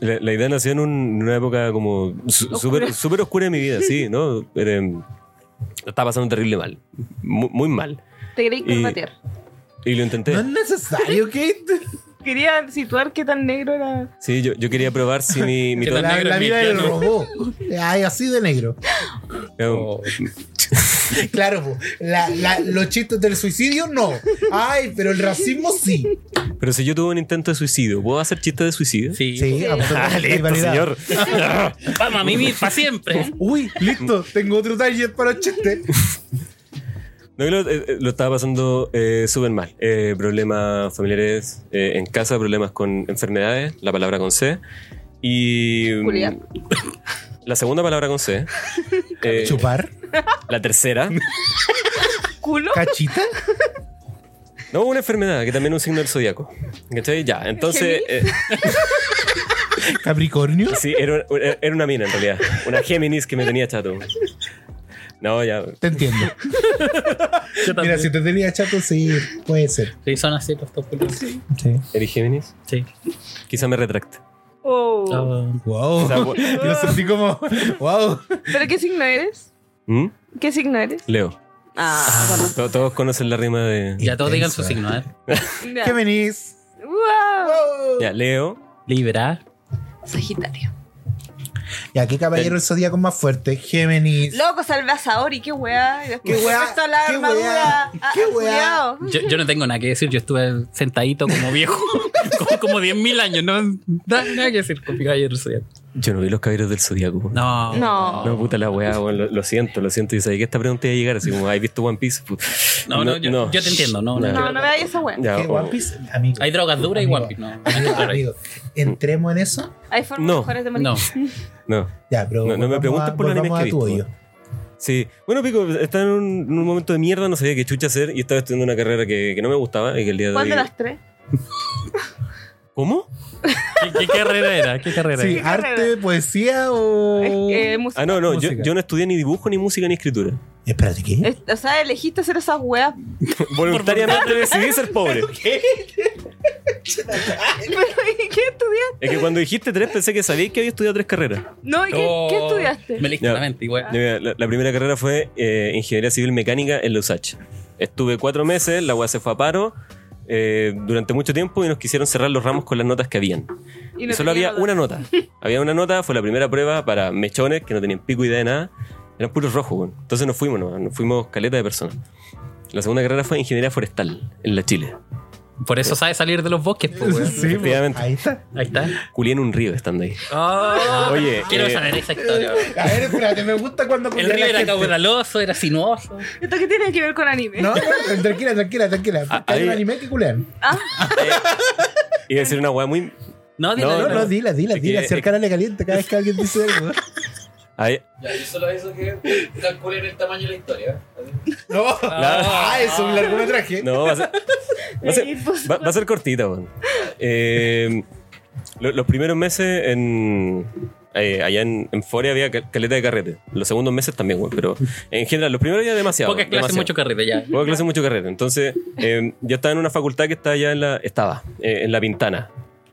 S5: la, la idea nació en, un- en una época como su- súper súper oscura de mi vida, sí, ¿no? Pero, em, la estaba pasando terrible mal. Mu- Muy, mal.
S3: Te queréis
S5: Y-
S3: combatir.
S5: Y lo intenté.
S1: No es necesario, Kate.
S3: Quería situar qué tan negro era.
S5: Sí, yo, yo quería probar si mi, mi
S2: Que
S5: tono-
S1: La,
S2: negro
S1: la
S2: es mi
S1: vida del
S2: piano.
S1: robot. Ay, así de negro.
S5: No,
S1: Claro, po. La- la- los chistes del suicidio no. Ay, pero el racismo sí.
S5: Pero si yo tuve un intento de suicidio, ¿puedo hacer chistes de suicidio?
S2: Sí.
S1: Sí, absolutamente.
S5: Ah, listo,
S1: Validado.
S5: señor.
S2: Vamos a mimir para siempre.
S1: Uy, listo, tengo otro taller para chistes.
S5: No, lo, eh, lo estaba pasando eh, súper mal. Eh, problemas familiares eh, en casa, problemas con enfermedades, la palabra con C. Y. mm,
S3: Culiar.
S5: La segunda palabra con C. eh,
S1: ¿Chupar?
S5: la tercera.
S3: ¿Culo?
S1: ¿Cachita?
S5: No, una enfermedad, que también es un signo del zodiaco. ¿Cachai? Ya, entonces. eh,
S1: ¿Capricornio?
S5: sí, era, era una mina en realidad. Una Géminis que me tenía chato. No, ya.
S1: Te entiendo.
S2: Yo
S1: Mira,
S2: también.
S1: si te tenía chato, sí, puede ser.
S2: Sí, son así los tópicos. Sí.
S1: Sí.
S5: ¿Eres Géminis? Quizá me retracte.
S3: Oh.
S2: Ah,
S1: Wow.
S5: Quizá, bu-
S1: Lo sentí como, wow.
S3: ¿Pero qué signo eres?
S5: ¿Mm?
S3: ¿Qué signo eres?
S5: Leo.
S3: Ah, bueno.
S5: To- Todos conocen la rima de.
S2: ya todos digan su
S1: Intensa.
S2: signo, ¿eh?
S3: Ya.
S1: ¿Qué venís?
S3: Wow.
S5: Ya, Leo.
S2: Libra.
S3: Sagitario.
S1: Ya, ¿qué caballero el zodíaco más fuerte? Géminis.
S3: Loco, salve a Saori, qué weá. Y después
S1: Qué weá,
S3: se prestó la
S1: qué
S3: armadura.
S1: weá,
S3: Ah,
S1: qué weá.
S3: culiao.
S2: Yo, yo no tengo nada que decir, yo estuve sentadito como viejo, como, como 10.000 años, no nada, nada que decir con mi caballero zodiaco.
S5: Yo no vi los caballeros del zodiaco.
S2: No,
S3: No.
S5: No, puta la weá, weón, lo, lo siento, lo siento. Y sabía que esta pregunta iba a llegar, así como, ¿has visto One Piece? Puta.
S2: No, no, yo- yo te entiendo, no, no.
S3: No, no me dais esa weá.
S5: Ya, oh,
S1: ¿Qué
S5: o-
S1: One Piece? Amigo.
S2: Hay drogas duras y
S1: Amigo,
S2: One Piece, no.
S1: Amigo, amigo, entremos en eso.
S3: Hay formas
S5: No.
S3: mejores de morir.
S2: No,
S5: No.
S1: Ya, pero.
S5: No, no me
S1: volvamos
S5: preguntes
S1: a-
S5: por los
S1: volvamos
S5: animes que
S1: a tu
S5: he visto.
S1: hoyo.
S5: Sí. Bueno, Pico, estaba en un, en un momento de mierda, no sabía qué chucha hacer y estaba estudiando una carrera que, que no me gustaba y que el día de
S3: ¿Cuál
S5: hoy.
S3: de las tres?
S5: ¿Cómo?
S2: ¿Qué, qué carrera era? ¿Qué carrera
S1: Sí,
S2: era?
S1: arte, poesía o.
S3: Es que, eh, música.
S5: Ah, no, no, yo,
S1: Música.
S5: yo no estudié ni dibujo, ni música, ni escritura.
S1: Espérate, ¿qué?
S3: Es- o sea, elegiste hacer esas weas.
S5: Voluntariamente decidí ser pobre.
S3: Pero, ¿y ¿Qué estudiaste?
S5: Es que cuando dijiste tres pensé que sabías que había estudiado tres carreras.
S3: No, ¿y ¿qué, qué
S2: Oh,
S3: estudiaste?
S2: Me leíste
S5: Ya.
S2: la mente, igual.
S5: Ya, mira, La, la primera carrera fue eh, Ingeniería Civil Mecánica en la USACH. Estuve cuatro meses, la UA se fue a paro eh, durante mucho tiempo y nos quisieron cerrar los ramos con las notas que habían.
S3: Y
S5: Y
S3: no
S5: solo
S3: tenía
S5: había
S3: nada.
S5: una nota. Había una nota, fue la primera prueba para mechones que no tenían pico idea de nada. Eran puros rojos, weón. Entonces nos fuimos, nomás, nos fuimos caleta de personas. La segunda carrera fue Ingeniería Forestal en la Chile.
S2: Por eso sabe salir de los bosques, pues, weón.
S1: Sí,
S5: efectivamente.
S1: Ahí está.
S2: Ahí está.
S5: Culié en un río estando ahí. Oye,
S2: quiero
S5: eh,
S2: saber esa historia.
S1: A ver, espérate, me gusta cuando.
S2: El río era caudaloso, era sinuoso.
S3: ¿Esto qué tiene que ver con anime?
S1: No, no, tranquila, tranquila, tranquila.
S5: Ah,
S1: Hay un
S5: ahí-
S1: anime que culean.
S5: Iba a decir una weá muy.
S2: No, dile,
S5: No,
S1: No,
S2: dile.
S1: no, dila, dila,
S5: Es
S1: dila.
S5: que-
S1: Si el canal le caliente cada vez que alguien dice algo.
S5: Ahí-
S4: Ya, yo solo eso que calculen el tamaño de la historia. ¿eh?
S1: No,
S2: Ah,
S1: es un largometraje.
S5: No, va a ser, va a ser, va- va a ser cortita, weón. Eh, lo- los primeros meses en. eh, allá en, en Fore había cal- caleta de carrete. Los segundos meses también, weón. Pero en general, los primeros ya demasiado.
S2: Pocas clases,
S5: demasiado.
S2: mucho carrete ya.
S5: Pocas clases, mucho carrete. Entonces, eh, yo estaba en una facultad que estaba allá en la. Estaba, eh, en la Pintana.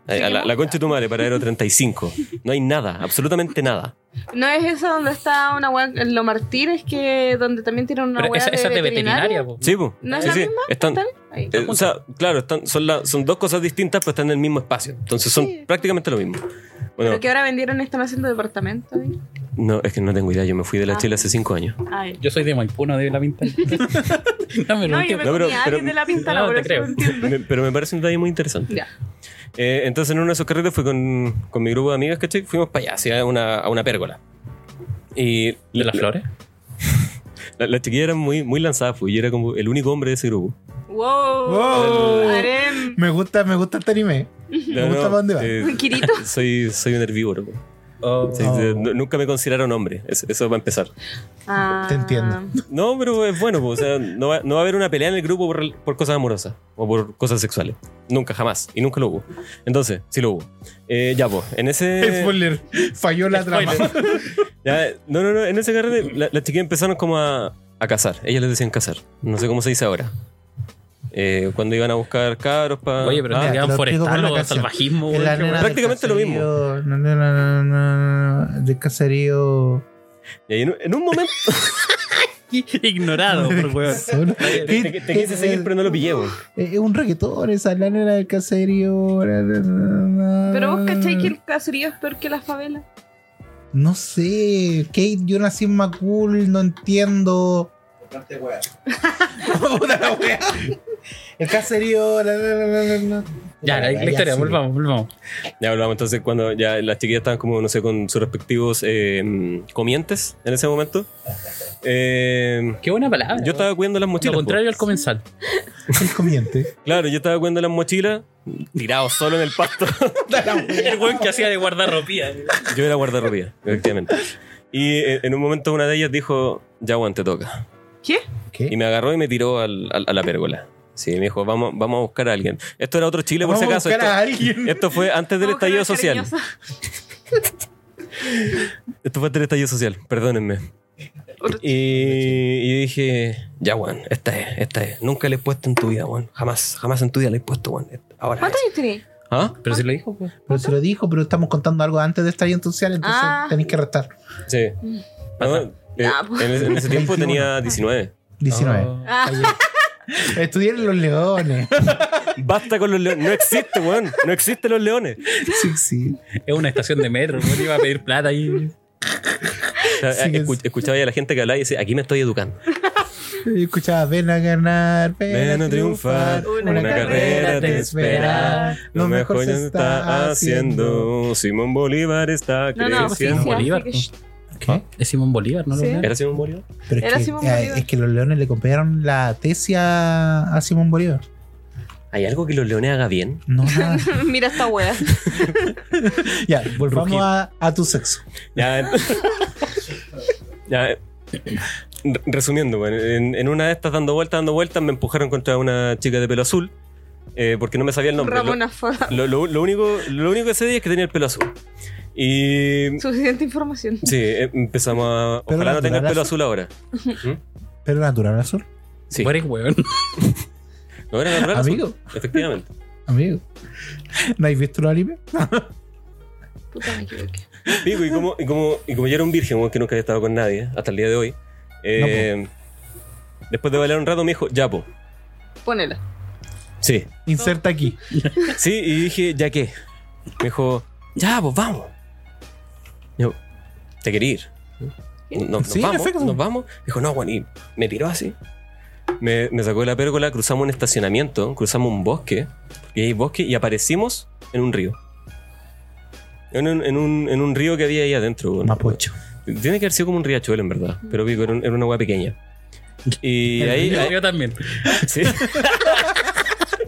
S5: Eh, a la, la concha de tu madre, paradero 35. No hay nada, absolutamente nada.
S3: ¿No es esa donde está una wea en Lo Martínez, que donde también tiene una
S2: Pero
S3: wea
S2: esa, esa es de veterinaria, po.
S5: Sí, po.
S3: ¿No es
S5: Sí,
S3: la
S5: sí,
S3: misma?
S5: Están,
S3: Ahí.
S5: Eh, o sea, claro, están, son, la- son dos cosas distintas, pero están en el mismo espacio. Entonces son
S3: Sí.
S5: prácticamente lo mismo. Bueno,
S3: Pero que ahora vendieron están haciendo departamento. ahí.
S5: no, es que no tengo idea. Yo me fui de la
S3: Ah.
S5: Chile hace cinco años.
S3: Ay.
S2: Yo soy de Maipú, no de la pinta. no me lo
S3: No, yo
S2: entiendo.
S3: me
S5: No, pero-
S3: comí a alguien
S5: pero-
S3: de la pintana,
S2: No,
S3: por
S2: te
S3: eso
S2: creo.
S3: lo entiendo.
S5: Me- pero me parece un detalle muy interesante.
S3: Ya.
S5: Eh, entonces en uno de esos carretes fui con, con mi grupo de amigas, ¿cachai? Fuimos para allá, hacia una, a una pérgola. Y
S2: ¿De las flores?
S5: la- las chiquillas eran muy, muy lanzadas, pues, y yo era como el único hombre de ese grupo.
S3: Wow.
S1: Wow.
S3: Harem.
S1: Me gusta, me gusta este anime.
S5: Me
S1: gusta para dónde va.
S5: eh,
S3: Un Kirito.
S5: soy, soy un herbívoro. pues. Sí,
S1: Oh.
S5: sí, no- nunca me consideraron hombre, eso, eso va a empezar.
S3: Ah.
S1: Te entiendo.
S5: No, pero es bueno, po, o sea, no va, no va a haber una pelea en el grupo por, por cosas amorosas o por cosas sexuales. Nunca, jamás. Y nunca lo hubo. Entonces, sí lo hubo. Eh, ya, pues, en ese.
S1: Spoiler. Falló la trama.
S5: ya, no, no, no, en ese carrete la- las chiquillas empezaron como a, a cazar. Ellas les decían cazar. No sé cómo se dice ahora. Eh, cuando iban a buscar cabros para.
S2: Oye, pero
S5: Ah,
S2: te
S1: te
S2: quedan
S1: lo explico con
S2: forestal
S1: la
S2: o
S1: canción.
S2: salvajismo,
S1: La
S2: weón, qué
S1: nena
S2: weón.
S1: del
S5: Prácticamente lo mismo.
S1: caserío, no, no, no, no, no, no, del caserío.
S5: y ahí en, un- en un momento.
S2: aquí ignorado, por weón.
S1: Solo-
S5: Te, te- te quise seguir, pero no lo pillé, weón.
S1: Es eh, un reggaetón esa, la nena del caserío. la, la, la, la.
S3: Pero vos
S5: Mm.
S3: cacháis que el caserío es peor que la favela.
S1: No sé, Kate, yo nací en Macul, no entiendo.
S4: Bastante weá.
S1: Puta la wea. El caserío. la, la, la, la, la.
S2: Ya, la, la historia,
S1: sí.
S2: volvamos, volvamos.
S5: Ya hablamos entonces cuando ya las chiquillas estaban como, no sé, con sus respectivos eh, comientes en ese momento. Eh,
S2: Qué buena palabra.
S5: yo estaba cuidando las
S2: Lo
S5: mochilas. po.
S2: contrario al comensal.
S1: El comiente.
S5: Claro, yo estaba cuidando las mochilas, tirado solo en el pasto.
S2: El weón que hacía de guardarropía.
S5: Yo era guardarropía, efectivamente. Y eh, en un momento una de ellas dijo, ya Juan, te toca.
S3: ¿Qué?
S5: Y
S1: ¿Qué?
S5: me agarró y me tiró al- al- a la pérgola. Sí, me dijo, vamos, vamos a buscar a alguien. Esto era otro Chile, por
S1: Vamos
S5: si
S1: a
S5: acaso.
S1: buscar a
S5: Esto,
S1: alguien.
S5: esto fue antes del
S3: Como que
S5: estallido
S3: era
S5: social.
S3: cariñosa.
S5: Esto fue antes del estallido social, perdónenme. Y, y dije, ya Juan, esta es, esta es. Nunca le he puesto en tu vida, Juan. Jamás, jamás en tu vida le he puesto, Juan. Ahora.
S3: ¿Cuántos
S5: es.
S3: años tenés?
S5: ¿Ah?
S2: Pero si lo dijo, pues.
S1: Pero se lo dijo, pero estamos contando algo antes de estallido social, entonces
S3: Ah.
S1: tenéis que restar.
S5: Sí. No, eh,
S3: Ah, pues.
S5: en, ese, en ese tiempo tenía 19.
S1: 19.
S2: No.
S3: Ah,
S1: Estudiar en los leones.
S5: Basta con los leones. No existe, Juan. No existen los leones.
S1: sí, sí.
S2: Es una estación de metro, no iba a pedir plata ahí.
S5: O sea,
S1: Sí que
S5: escu-
S1: es.
S5: escuchaba ya a la gente que hablaba y decía, aquí me estoy educando.
S1: Yo escuchaba, ven a ganar, ven,
S5: Ven
S1: a triunfar.
S3: una carrera te espera,
S1: lo mejor se está haciendo.
S5: Simón Bolívar está
S3: No, no, sí,
S2: Simón
S3: sí,
S2: Bolívar,
S3: así que-
S1: ¿Qué?
S2: Es Simón Bolívar, ¿no? lo
S3: Sí.
S2: veo?
S5: ¿Era Simón Bolívar?
S1: Pero es
S3: Era
S1: que,
S3: Simón
S1: eh,
S3: Bolívar.
S1: es que los leones le compraron la tesis a, a Simón Bolívar.
S5: ¿Hay algo que los leones haga bien?
S1: No, nada.
S3: Mira esta wea.
S1: ya, volvamos
S5: Rugir.
S1: a, a tu sexo.
S5: Ya. ent- ya, eh, re- Resumiendo, bueno, en, en una de estas dando vueltas, dando vueltas, me empujaron contra una chica de pelo azul eh, porque no me sabía el nombre. Lo-
S3: Ramona Fava.
S5: Lo, lo- lo único, lo único que sabía es que tenía el pelo azul. Y.
S3: Suficiente información.
S5: Sí, eh, empezamos a.
S1: Pero
S5: Ojalá no tenga el
S1: natural
S5: pelo azul ahora.
S1: Pero natural azul.
S5: Sí.
S2: Tú eres weón.
S5: No era natural. azul,
S1: Amigo,
S5: Efectivamente.
S1: amigo. ¿No habéis visto los animes?
S3: Puta, me equivoqué.
S5: Pico, y como, y como, y como yo era un virgen, weón, que nunca había estado con nadie hasta el día de hoy, eh, después de bailar un rato me dijo, ya, po.
S3: Ponela.
S5: Sí.
S1: Inserta aquí.
S5: Sí, y dije, ¿ya qué? Me dijo, ya, pues vamos. Yo, ¿te quería ir? Nos,
S1: Sí,
S5: nos
S1: perfecto.
S5: vamos, nos vamos. Dijo, no, Juan, y me tiró así. Me, me sacó de la pérgola, cruzamos un estacionamiento, cruzamos un bosque, y hay bosque, y aparecimos en un río. En un, en un, en un río que había ahí adentro. weón.
S1: Mapocho.
S5: Tiene que haber sido como un riachuelo, en verdad. Pero pico, era, un- era una hueá pequeña. Y ahí.
S2: yo,
S5: ahí-
S2: yo también.
S5: sí.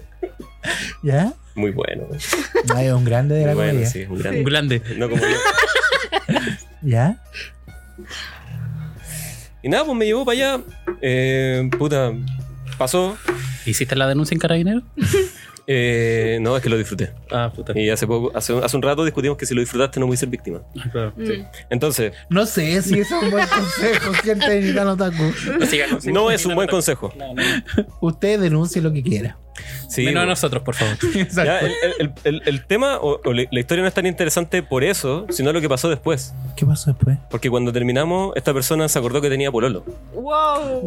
S1: ¿Ya?
S5: Muy bueno.
S1: No, es un grande de la
S5: Muy bueno,
S1: comedia.
S5: sí, un
S2: Un
S5: grande.
S2: glande.
S5: No como yo.
S1: ¿Ya?
S5: Y nada, pues me llevó para allá. Eh, puta, pasó.
S2: ¿Hiciste la denuncia en carabinero?
S5: Eh, no, es que lo disfruté.
S2: Ah, puta.
S5: Y hace poco, hace, hace un rato discutimos que si lo disfrutaste no voy a ser víctima.
S2: Ah,
S3: Mm.
S5: Entonces,
S1: No sé si ese es un buen consejo, gente de Nitano Taku.
S5: no es un buen consejo.
S2: No, no, no.
S1: Usted denuncie lo que quiera.
S5: Sí,
S2: Menos a
S5: pues.
S2: nosotros, por favor.
S5: Ya,
S1: Exacto.
S5: el, el- el- el tema o, o la la historia no es tan interesante por eso, sino lo que pasó después.
S1: ¿Qué pasó después?
S5: Porque cuando terminamos, esta persona se acordó que tenía pololo.
S3: Wow.
S1: Wow,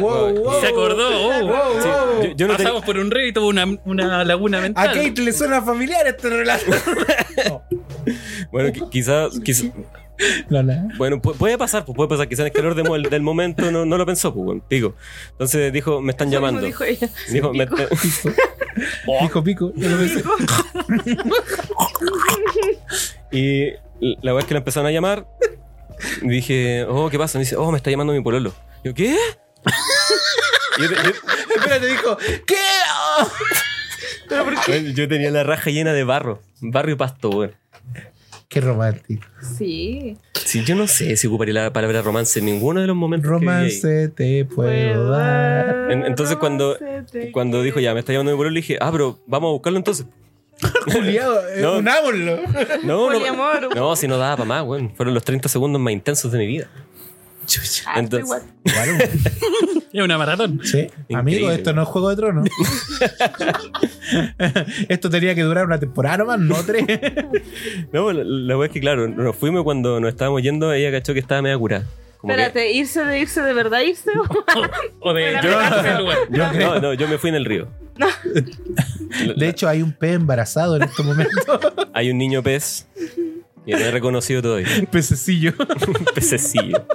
S1: wow, wow.
S2: Se acordó. oh.
S1: Wow,
S5: Sí,
S1: wow.
S5: yo, yo no tenía-
S2: Pasamos por un río y tuvo una, una laguna
S1: A
S2: mental.
S1: Kate le suena familiar este relato.
S5: Bueno, qui- quizás. quizá-
S1: No, no.
S5: bueno, pu- puede pasar, pues puede pasar. Quizás en el calor de mo- del momento no, no lo pensó, pues, bueno, digo. Entonces dijo, me están
S3: Eso mismo
S5: llamando.
S3: Dijo ella.
S5: Dijo, me- me-
S1: Pico, pico. Yo lo pensé.
S5: Y la vez que la empezaron a llamar, dije, oh, ¿qué pasa? Me dice, oh, me está llamando mi pololo. Yo, ¿qué? Yo, te- yo-
S1: Espérate, dijo, ¿qué? Oh.
S5: yo tenía la raja llena de barro, barro y pasto, güey.
S1: Qué romántico.
S3: Sí.
S5: Sí, yo no sé si ocuparía la palabra romance en ninguno de los momentos. que viví ahí.
S1: Romance te puedo dar.
S5: En- entonces cuando-
S3: Romance
S5: Cuando
S3: te-
S5: dijo, ya, me está llamando mi pololo, le dije, ah, pero vamos a buscarlo entonces.
S1: Juliado, eh,
S5: No.
S1: unámoslo.
S5: No, no,
S3: Poliamor.
S5: no, si no daba para más, güey. Fueron los 30 segundos más intensos de mi vida.
S3: Ah,
S5: Entonces-
S3: igual.
S2: Es una maratón.
S1: Sí, amigo, esto no es Juego de Tronos. esto tenía que durar una temporada nomás, no tres.
S5: No, la, la wea es que, claro, nos fuimos cuando nos estábamos yendo, ella cachó que estaba media curada. Como que-
S3: Espérate, irse de irse de verdad, irse.
S2: O de
S3: Pero
S2: yo,
S5: yo-
S2: del lugar.
S1: Yo creo-
S5: No, no, yo me fui en el río.
S1: De hecho, hay un pez embarazado en este momento.
S5: Hay un niño pez que no he reconocido todavía.
S1: Pececillo.
S5: Un pececillo.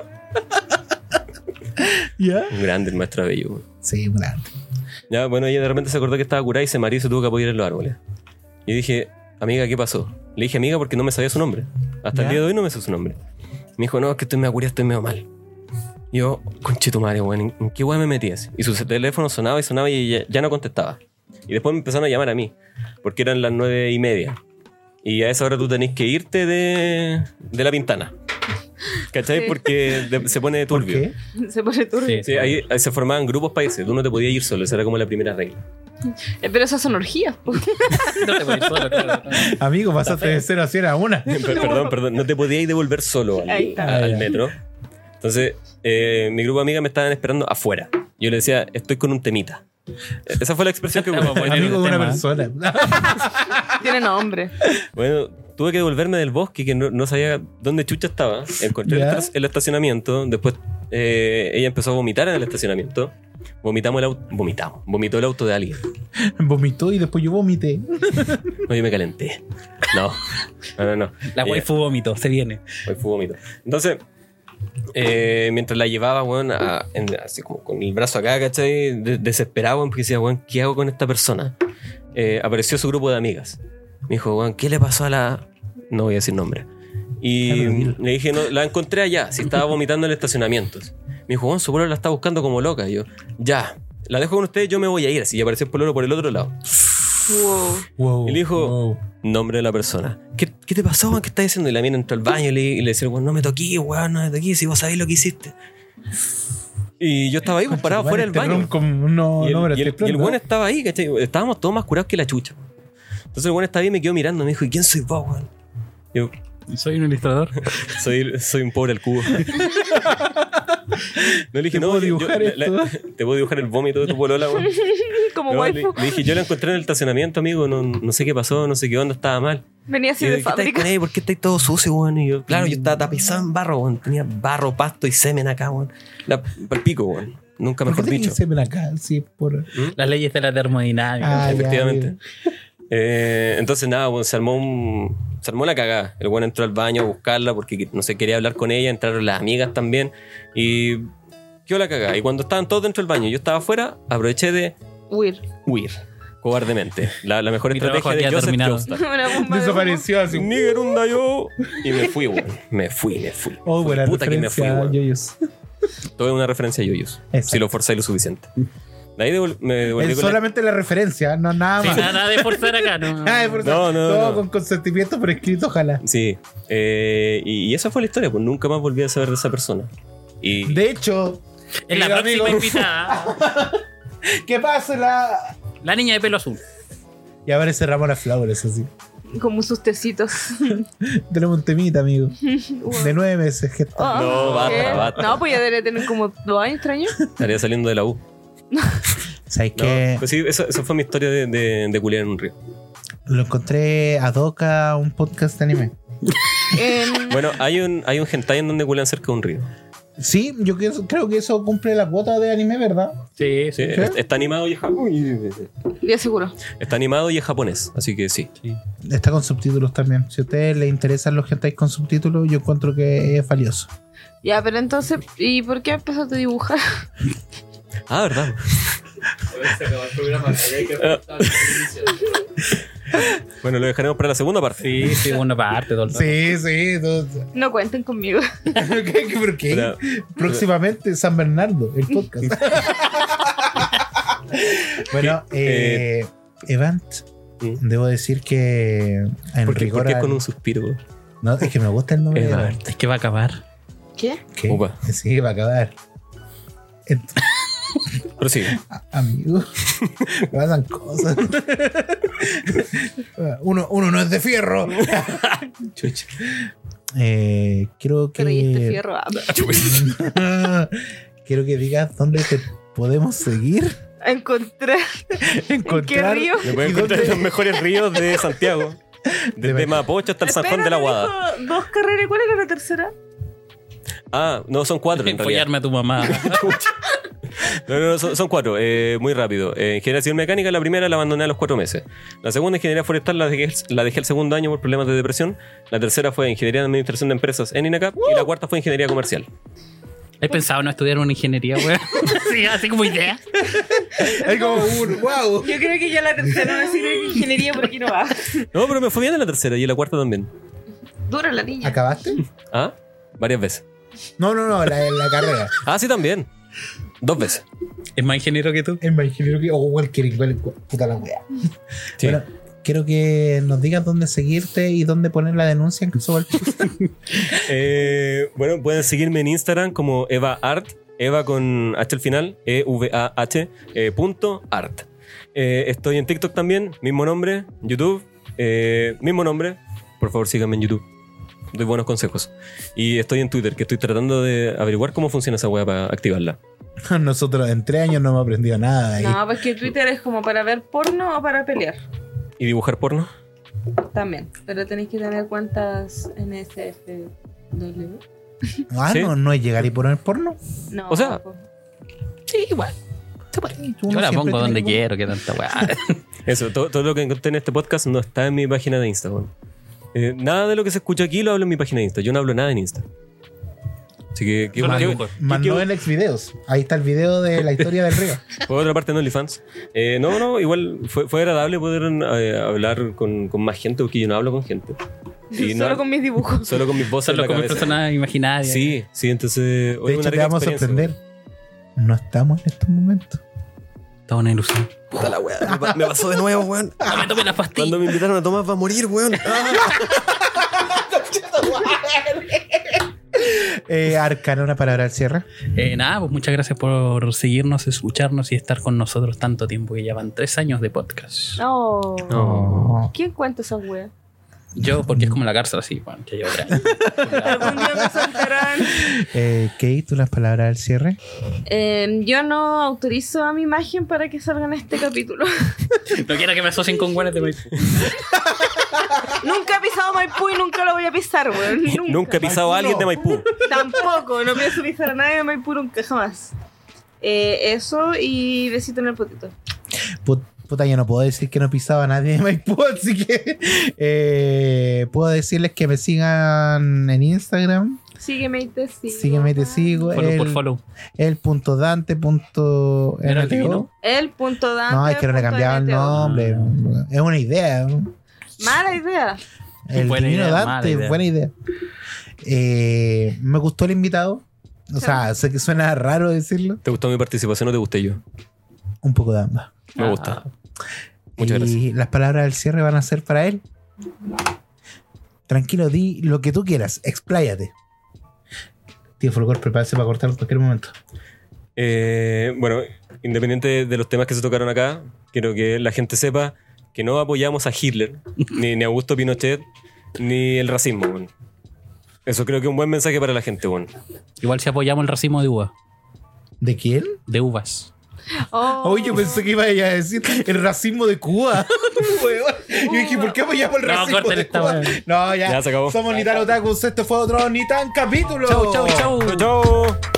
S1: ¿Ya?
S5: Un grande el maestro Abello. güey.
S1: Sí, un arte.
S5: Ya, bueno, ella de repente se acordó que estaba curada y se mareó y se tuvo que apoyar en los árboles. Y dije, amiga, ¿qué pasó? Le dije amiga porque no me sabía su nombre. Hasta
S1: Ya.
S5: el día de hoy no me sé su nombre. Me dijo, no, es que estoy medio curada, estoy medio mal. Y yo, conche tu madre, weón, ¿en qué weón me metí así? Y su teléfono sonaba y sonaba y ya, ya no contestaba. Y después me empezaron a llamar a mí, porque eran las nueve y media. Y a esa hora tú tenés que irte de, de la pintana. ¿Cachai?
S3: Sí.
S5: Porque de- se pone
S1: ¿Por
S5: turbio.
S1: qué?
S3: Se pone turbio.
S2: Sí,
S5: Sí, ahí, ahí se formaban grupos países. Tú no te podías ir solo, esa era como la primera regla.
S3: Eh, Pero esas son orgías. po.
S2: No te puedes ir solo, claro.
S1: Amigo, pasaste de 0 a 100 a 1.
S5: Per- perdón, perdón, no te podías ir devolver solo al,
S3: Ahí está.
S5: a- al
S1: Ah, ya.
S5: metro. Entonces, eh, mi grupo de amigas me estaban esperando afuera. Yo le decía, estoy con un temita. E-, Esa fue la expresión que
S2: Estamos
S5: ocupé.
S2: buenos.
S1: Amigo de una
S2: tema.
S1: persona.
S3: Tiene nombre.
S5: Bueno, tuve que devolverme del bosque que no, no sabía dónde chucha estaba. Encontré el
S1: Ya.
S5: estas- el estacionamiento. Después eh, ella empezó a vomitar en el estacionamiento. Vomitamos el auto. Vomitamos. Vomitó el auto de alguien.
S1: Vomitó y después yo vomité.
S5: No, yo me calenté. No. No, no, Eh, no.
S2: La
S5: Ella-
S2: waifu vómito, se viene.
S5: Hoy fue vómito. Entonces, eh, mientras la llevaba, weón, a- en- así como con el brazo acá, ¿cachai? De- desesperado, weón, porque decía, weón, ¿qué hago con esta persona? Eh, apareció su grupo de amigas. Me dijo, weón, ¿qué le pasó a la.? No voy a decir nombre. Y
S1: Claro, dilo.
S5: le dije, no, la encontré allá, si estaba vomitando en el estacionamiento. Me dijo, weón, su pueblo la está buscando como loca. Y yo, ya, la dejo con ustedes, yo me voy a ir. Así y apareció el pueblo por el otro lado.
S3: Wow.
S1: Wow.
S5: Y le dijo,
S1: wow.
S5: nombre de la persona. ¿Qué, qué te pasó, weón? ¿Qué estás haciendo? Y la mina entró al baño y le, y le decía, weón, no me toquí, weón, no me toquí, si vos sabés lo que hiciste. Y yo estaba ahí, pues, parado fuera del
S1: Este
S5: baño.
S1: ron con- no,
S5: Y el,
S1: no, este me lo
S5: y
S1: estoy
S5: el- y el
S1: esperando.
S5: weón estaba ahí, ¿cachai? Estábamos todos más curados que la chucha. weón. Entonces el weón estaba ahí y me quedó mirando, me dijo, ¿y quién soy vos, weón? Yo,
S2: Soy un ilustrador.
S5: soy, soy un pobre al cubo. no le dije,
S1: ¿Te
S5: no,
S1: puedo
S5: yo-
S1: dibujar
S5: yo- la- la- te puedo dibujar el vómito de tu polola, weón.
S3: Como
S5: No, le,
S3: waifu.
S5: le dije, yo la encontré en el estacionamiento, amigo, no, no sé qué pasó, no sé qué onda, estaba mal.
S3: Venía así
S5: Y
S3: de
S5: yo, ¿qué estáis
S3: fábrica.
S5: con ahí? ¿Por qué estáis todo sucio, weón? Y yo, claro, yo estaba tapizado en barro, weón. Tenía barro, pasto y semen acá, weón. La, el pico, weón. Nunca
S1: ¿Por qué
S5: mejor
S1: te
S5: dicho.
S1: quise ver acá? Sí, por...
S2: Las leyes de la termodinámica.
S1: Ah, ya,
S5: Efectivamente. Eh, entonces, nada, weón, se armó un- Se armó la cagada. El weón entró al baño a buscarla porque no sé, quería hablar con ella. Entraron las amigas también. Y. Yo la cagada. Y cuando estaban todos dentro del baño, yo estaba afuera, aproveché de
S3: Weird.
S5: huir. Cobardemente. La, la mejor
S2: Mi trabajo
S5: estrategia
S2: aquí
S5: de
S2: ha
S5: Joseph
S2: terminado.
S5: Joestar.
S3: Una bomba de
S1: Desapareció así.
S5: Nigger, un dayo. Y me fui, weón. Me fui, me fui.
S1: Oh,
S5: Fue
S1: buena
S5: puta que me fui,
S1: referencia,
S5: weón.
S1: Yoyos.
S5: Todo es una referencia a Yuyos.
S1: Exacto.
S5: Si lo forzáis lo suficiente. De ahí devol- me devolví
S1: Es
S5: con la-
S1: solamente la referencia, no nada
S2: Sin
S1: más.
S2: nada Ah, de forzar acá, ¿no?
S1: Ah, es por-
S5: No, no,
S1: todo
S5: no.
S1: con consentimiento por escrito, ojalá.
S5: Sí. Eh, y, y esa fue la historia, pues nunca más volví a saber de esa persona. Y
S1: De hecho,
S2: En la
S1: querido
S2: próxima
S1: amigo,
S2: invitada,
S1: que pase la.
S2: la niña de pelo azul.
S1: Y aparece Ramona Flowers así.
S3: humo, Como sus tecitos.
S1: Tenemos un temita, amigo.
S3: Wow.
S1: De nueve meses, gesto.
S3: Ah,
S5: No, basta,
S3: ¿qué?
S5: basta.
S3: No, pues ya debería tener como dos años, tres años.
S5: estaría saliendo de la U.
S1: ¿Sabes
S5: No,
S1: qué?
S5: pues sí, esa, esa fue mi historia de, de, de culiar en un río.
S1: Lo encontré a Doca, un podcast de anime.
S3: En-
S5: Bueno, hay un, hay un hentai en donde culean cerca de un río.
S1: Sí, yo que- creo que eso cumple la cuota de anime, ¿verdad?
S2: Sí,
S5: Sí,
S1: ¿Sí?
S5: es- Está animado y es japonés.
S3: Ya seguro.
S5: Está animado y es japonés, así que sí.
S1: Está con subtítulos también. Si a ustedes les interesan los hentais con subtítulos, yo encuentro que es valioso.
S3: Ya, pero entonces, ¿y por qué empezaste a dibujar?
S5: Ah, verdad.
S4: Se acabó el programa. había que preguntar al inicio.
S5: Bueno, lo dejaremos para la segunda parte.
S2: Sí, sí, una parte, todo el rato.
S1: Sí, sí. todo-
S3: No cuenten conmigo.
S1: ¿Qué- qué- ¿Por qué?
S5: Pero-
S1: Próximamente San Bernardo, el podcast. bueno, eh, Evant,
S5: Mm.
S1: debo decir que en
S5: ¿Por qué,
S1: rigor.
S5: por qué
S1: al-
S5: con un suspiro?
S1: No, es que me gusta el nombre. de
S5: Evant.
S1: Evant.
S2: Es que va a acabar.
S3: ¿Qué?
S1: ¿Qué?
S5: Upa.
S1: Sí, va a acabar. Ent-
S5: Pero sí,
S1: Amigo, me pasan cosas. uno, uno no es de fierro.
S5: chucha.
S1: Eh, creo que.
S3: Creíste fierro. Ah,
S1: Quiero que digas dónde te podemos seguir,
S3: Encontré. ¿En qué
S1: encontrar.
S3: río?
S5: Me pueden
S1: ¿Y
S5: encontrar
S1: dónde?
S5: en los mejores ríos de Santiago. Desde
S1: verdad.
S5: Mapocho hasta el San Juan
S3: Espérate,
S5: de la Guada.
S3: dijo Dos carreras. ¿Cuál era la tercera?
S5: Ah, no, son cuatro en realidad.
S2: Follarme a tu mamá.
S5: No, no, no, son, son cuatro, eh, muy rápido. Eh, generación mecánica, la primera la abandoné a los cuatro meses. La segunda, ingeniería forestal, la dejé, la dejé el segundo año por problemas de depresión. La tercera fue ingeniería de administración de empresas en INACAP. Y la cuarta fue ingeniería comercial.
S2: He pensado no estudiar una ingeniería, weón. sí, así como idea.
S1: Es como un wow.
S3: Yo creo que ya la tercera no sirve de ingeniería porque no va.
S5: No, pero me fue bien en la tercera y en la cuarta también.
S3: Dura la niña.
S1: ¿Acabaste?
S5: ¿Ah? Varias veces.
S1: No, no, no, la, la carrera.
S5: Ah, sí, también. Dos veces.
S2: Es más ingeniero que tú.
S1: Es más ingeniero que. O cualquier igual, puta la wea.
S5: Sí.
S1: Bueno, quiero que nos digas dónde seguirte y dónde poner la denuncia en caso de-
S5: Eh, bueno, pueden seguirme en Instagram como EvaArt, Eva con H al final, E E-V-A-H, eh, punto art. Eh, estoy en TikTok también, mismo nombre, YouTube, eh, mismo nombre. Por favor, síganme en YouTube. Doy buenos consejos. Y estoy en Twitter, que estoy tratando de averiguar cómo funciona esa web para activarla.
S1: Nosotros en tres años no hemos aprendido nada de ahí.
S3: No, pues que Twitter es como para ver porno o para pelear.
S5: ¿Y dibujar porno?
S3: También. Pero tenéis que tener cuentas NSFW.
S1: Ah,
S5: Sí.
S1: no, no es llegar y poner porno.
S3: No.
S5: O sea,
S3: pues,
S2: Yo
S1: pues, Uno
S2: la
S1: siempre
S2: pongo
S1: tiene
S2: donde
S1: que-
S2: quiero, que tanta weá.
S5: Eso, todo, todo lo que encontré en este podcast no está en mi página de Instagram. nada de lo que se escucha aquí lo hablo en mi página de Insta. Yo no hablo nada en Insta. Así que, ¿qué-
S2: Solo
S5: qué-
S2: dibujo.
S1: Más
S5: qué-
S1: no en exvideos. Ahí está el video de la historia del río.
S5: Por otra parte, en OnlyFans. Eh, no, no, igual fue, fue agradable poder eh, hablar con, con más gente, porque yo no hablo con gente. Y no-
S3: Solo con mis dibujos.
S5: solo con mis voces en
S2: Solo
S5: la
S2: con mis
S5: cabeza.
S2: personas imaginarias.
S5: Sí, sí, entonces.
S1: De
S5: hoy es una
S1: hecho, te
S5: rica
S1: vamos a
S5: experiencia.
S1: sorprender. No estamos en estos momentos.
S2: Toda una ilusión.
S5: Puta la weá, me pa- me pasó de nuevo, weón.
S2: No Ah, me tome las pastillas.
S5: Cuando me invitaron a Tomás va a morir, weón.
S1: Eh, Arcana, una palabra al cierre.
S2: Eh, nada, pues muchas gracias por seguirnos, escucharnos y estar con nosotros tanto tiempo que ya van tres años de podcast.
S3: No.
S1: Oh.
S5: No.
S3: Oh. ¿Quién cuenta esas weas?
S2: Yo, porque es como la cárcel así, bueno, que llevo tres años.
S3: Algún día me soltarán.
S1: Eh, Kate, tú las palabras al cierre.
S3: Eh, yo no autorizo a mi imagen para que salga en este capítulo.
S2: No quiero que me asocien con guanes de Maipú.
S3: nunca he pisado Maipú y nunca lo voy a pisar, weón. Nunca.
S5: Nunca he pisado a alguien de Maipú.
S3: Tampoco, no pienso pisar a nadie de Maipú nunca, jamás. Eh, eso y besito en el potito.
S1: Put- puta, yo no puedo decir que no pisaba a nadie de Maipú, así que eh, puedo decirles que me sigan en Instagram.
S3: Sígueme y te sigo.
S1: Sígueme y te sigo.
S2: Follow por
S1: El,
S2: follow.
S1: el punto Dante punto
S2: ¿Era el
S1: NTO.
S2: divino?
S3: El punto Dante.
S1: No, es que no le
S3: Ah, punto
S1: cambiaba el
S3: NTO.
S1: nombre.
S2: Ah.
S1: Es una idea.
S3: Mala idea.
S1: El
S2: Buena
S1: divino
S2: idea, mala
S1: Dante,
S2: idea.
S1: buena idea. Eh, me gustó el invitado. O sea, sé que suena raro decirlo.
S5: ¿Te gustó mi participación o te gusté yo?
S1: Un poco de ambas.
S5: Me gusta.
S2: Ah.
S5: Muchas
S1: y las palabras del cierre van a ser para él. Tranquilo, di lo que tú quieras, expláyate. Tío Folgor, prepárese para cortarlo en cualquier momento.
S5: Eh, bueno, independiente de los temas que se tocaron acá, quiero que la gente sepa que no apoyamos a Hitler, ni, ni a Augusto Pinochet, ni el racismo. weón. Eso creo que es un buen mensaje para la gente, weón.
S2: Igual si apoyamos el racimo de uvas.
S1: ¿De quién?
S2: De uvas.
S3: Oh.
S1: Oye, yo pensé que iba a decir el racismo de Cuba. Huevón. Yo dije, ¿por qué apoyamos el
S2: No,
S1: racismo
S2: corten
S1: de
S2: esta
S1: Cuba?
S2: weá.
S1: No, ya.
S5: Ya se acabó.
S1: Somos Nitan Otakus, esto fue otro Nitan capítulo.
S2: Chau, chau, chau.
S5: ¡Chao! chao!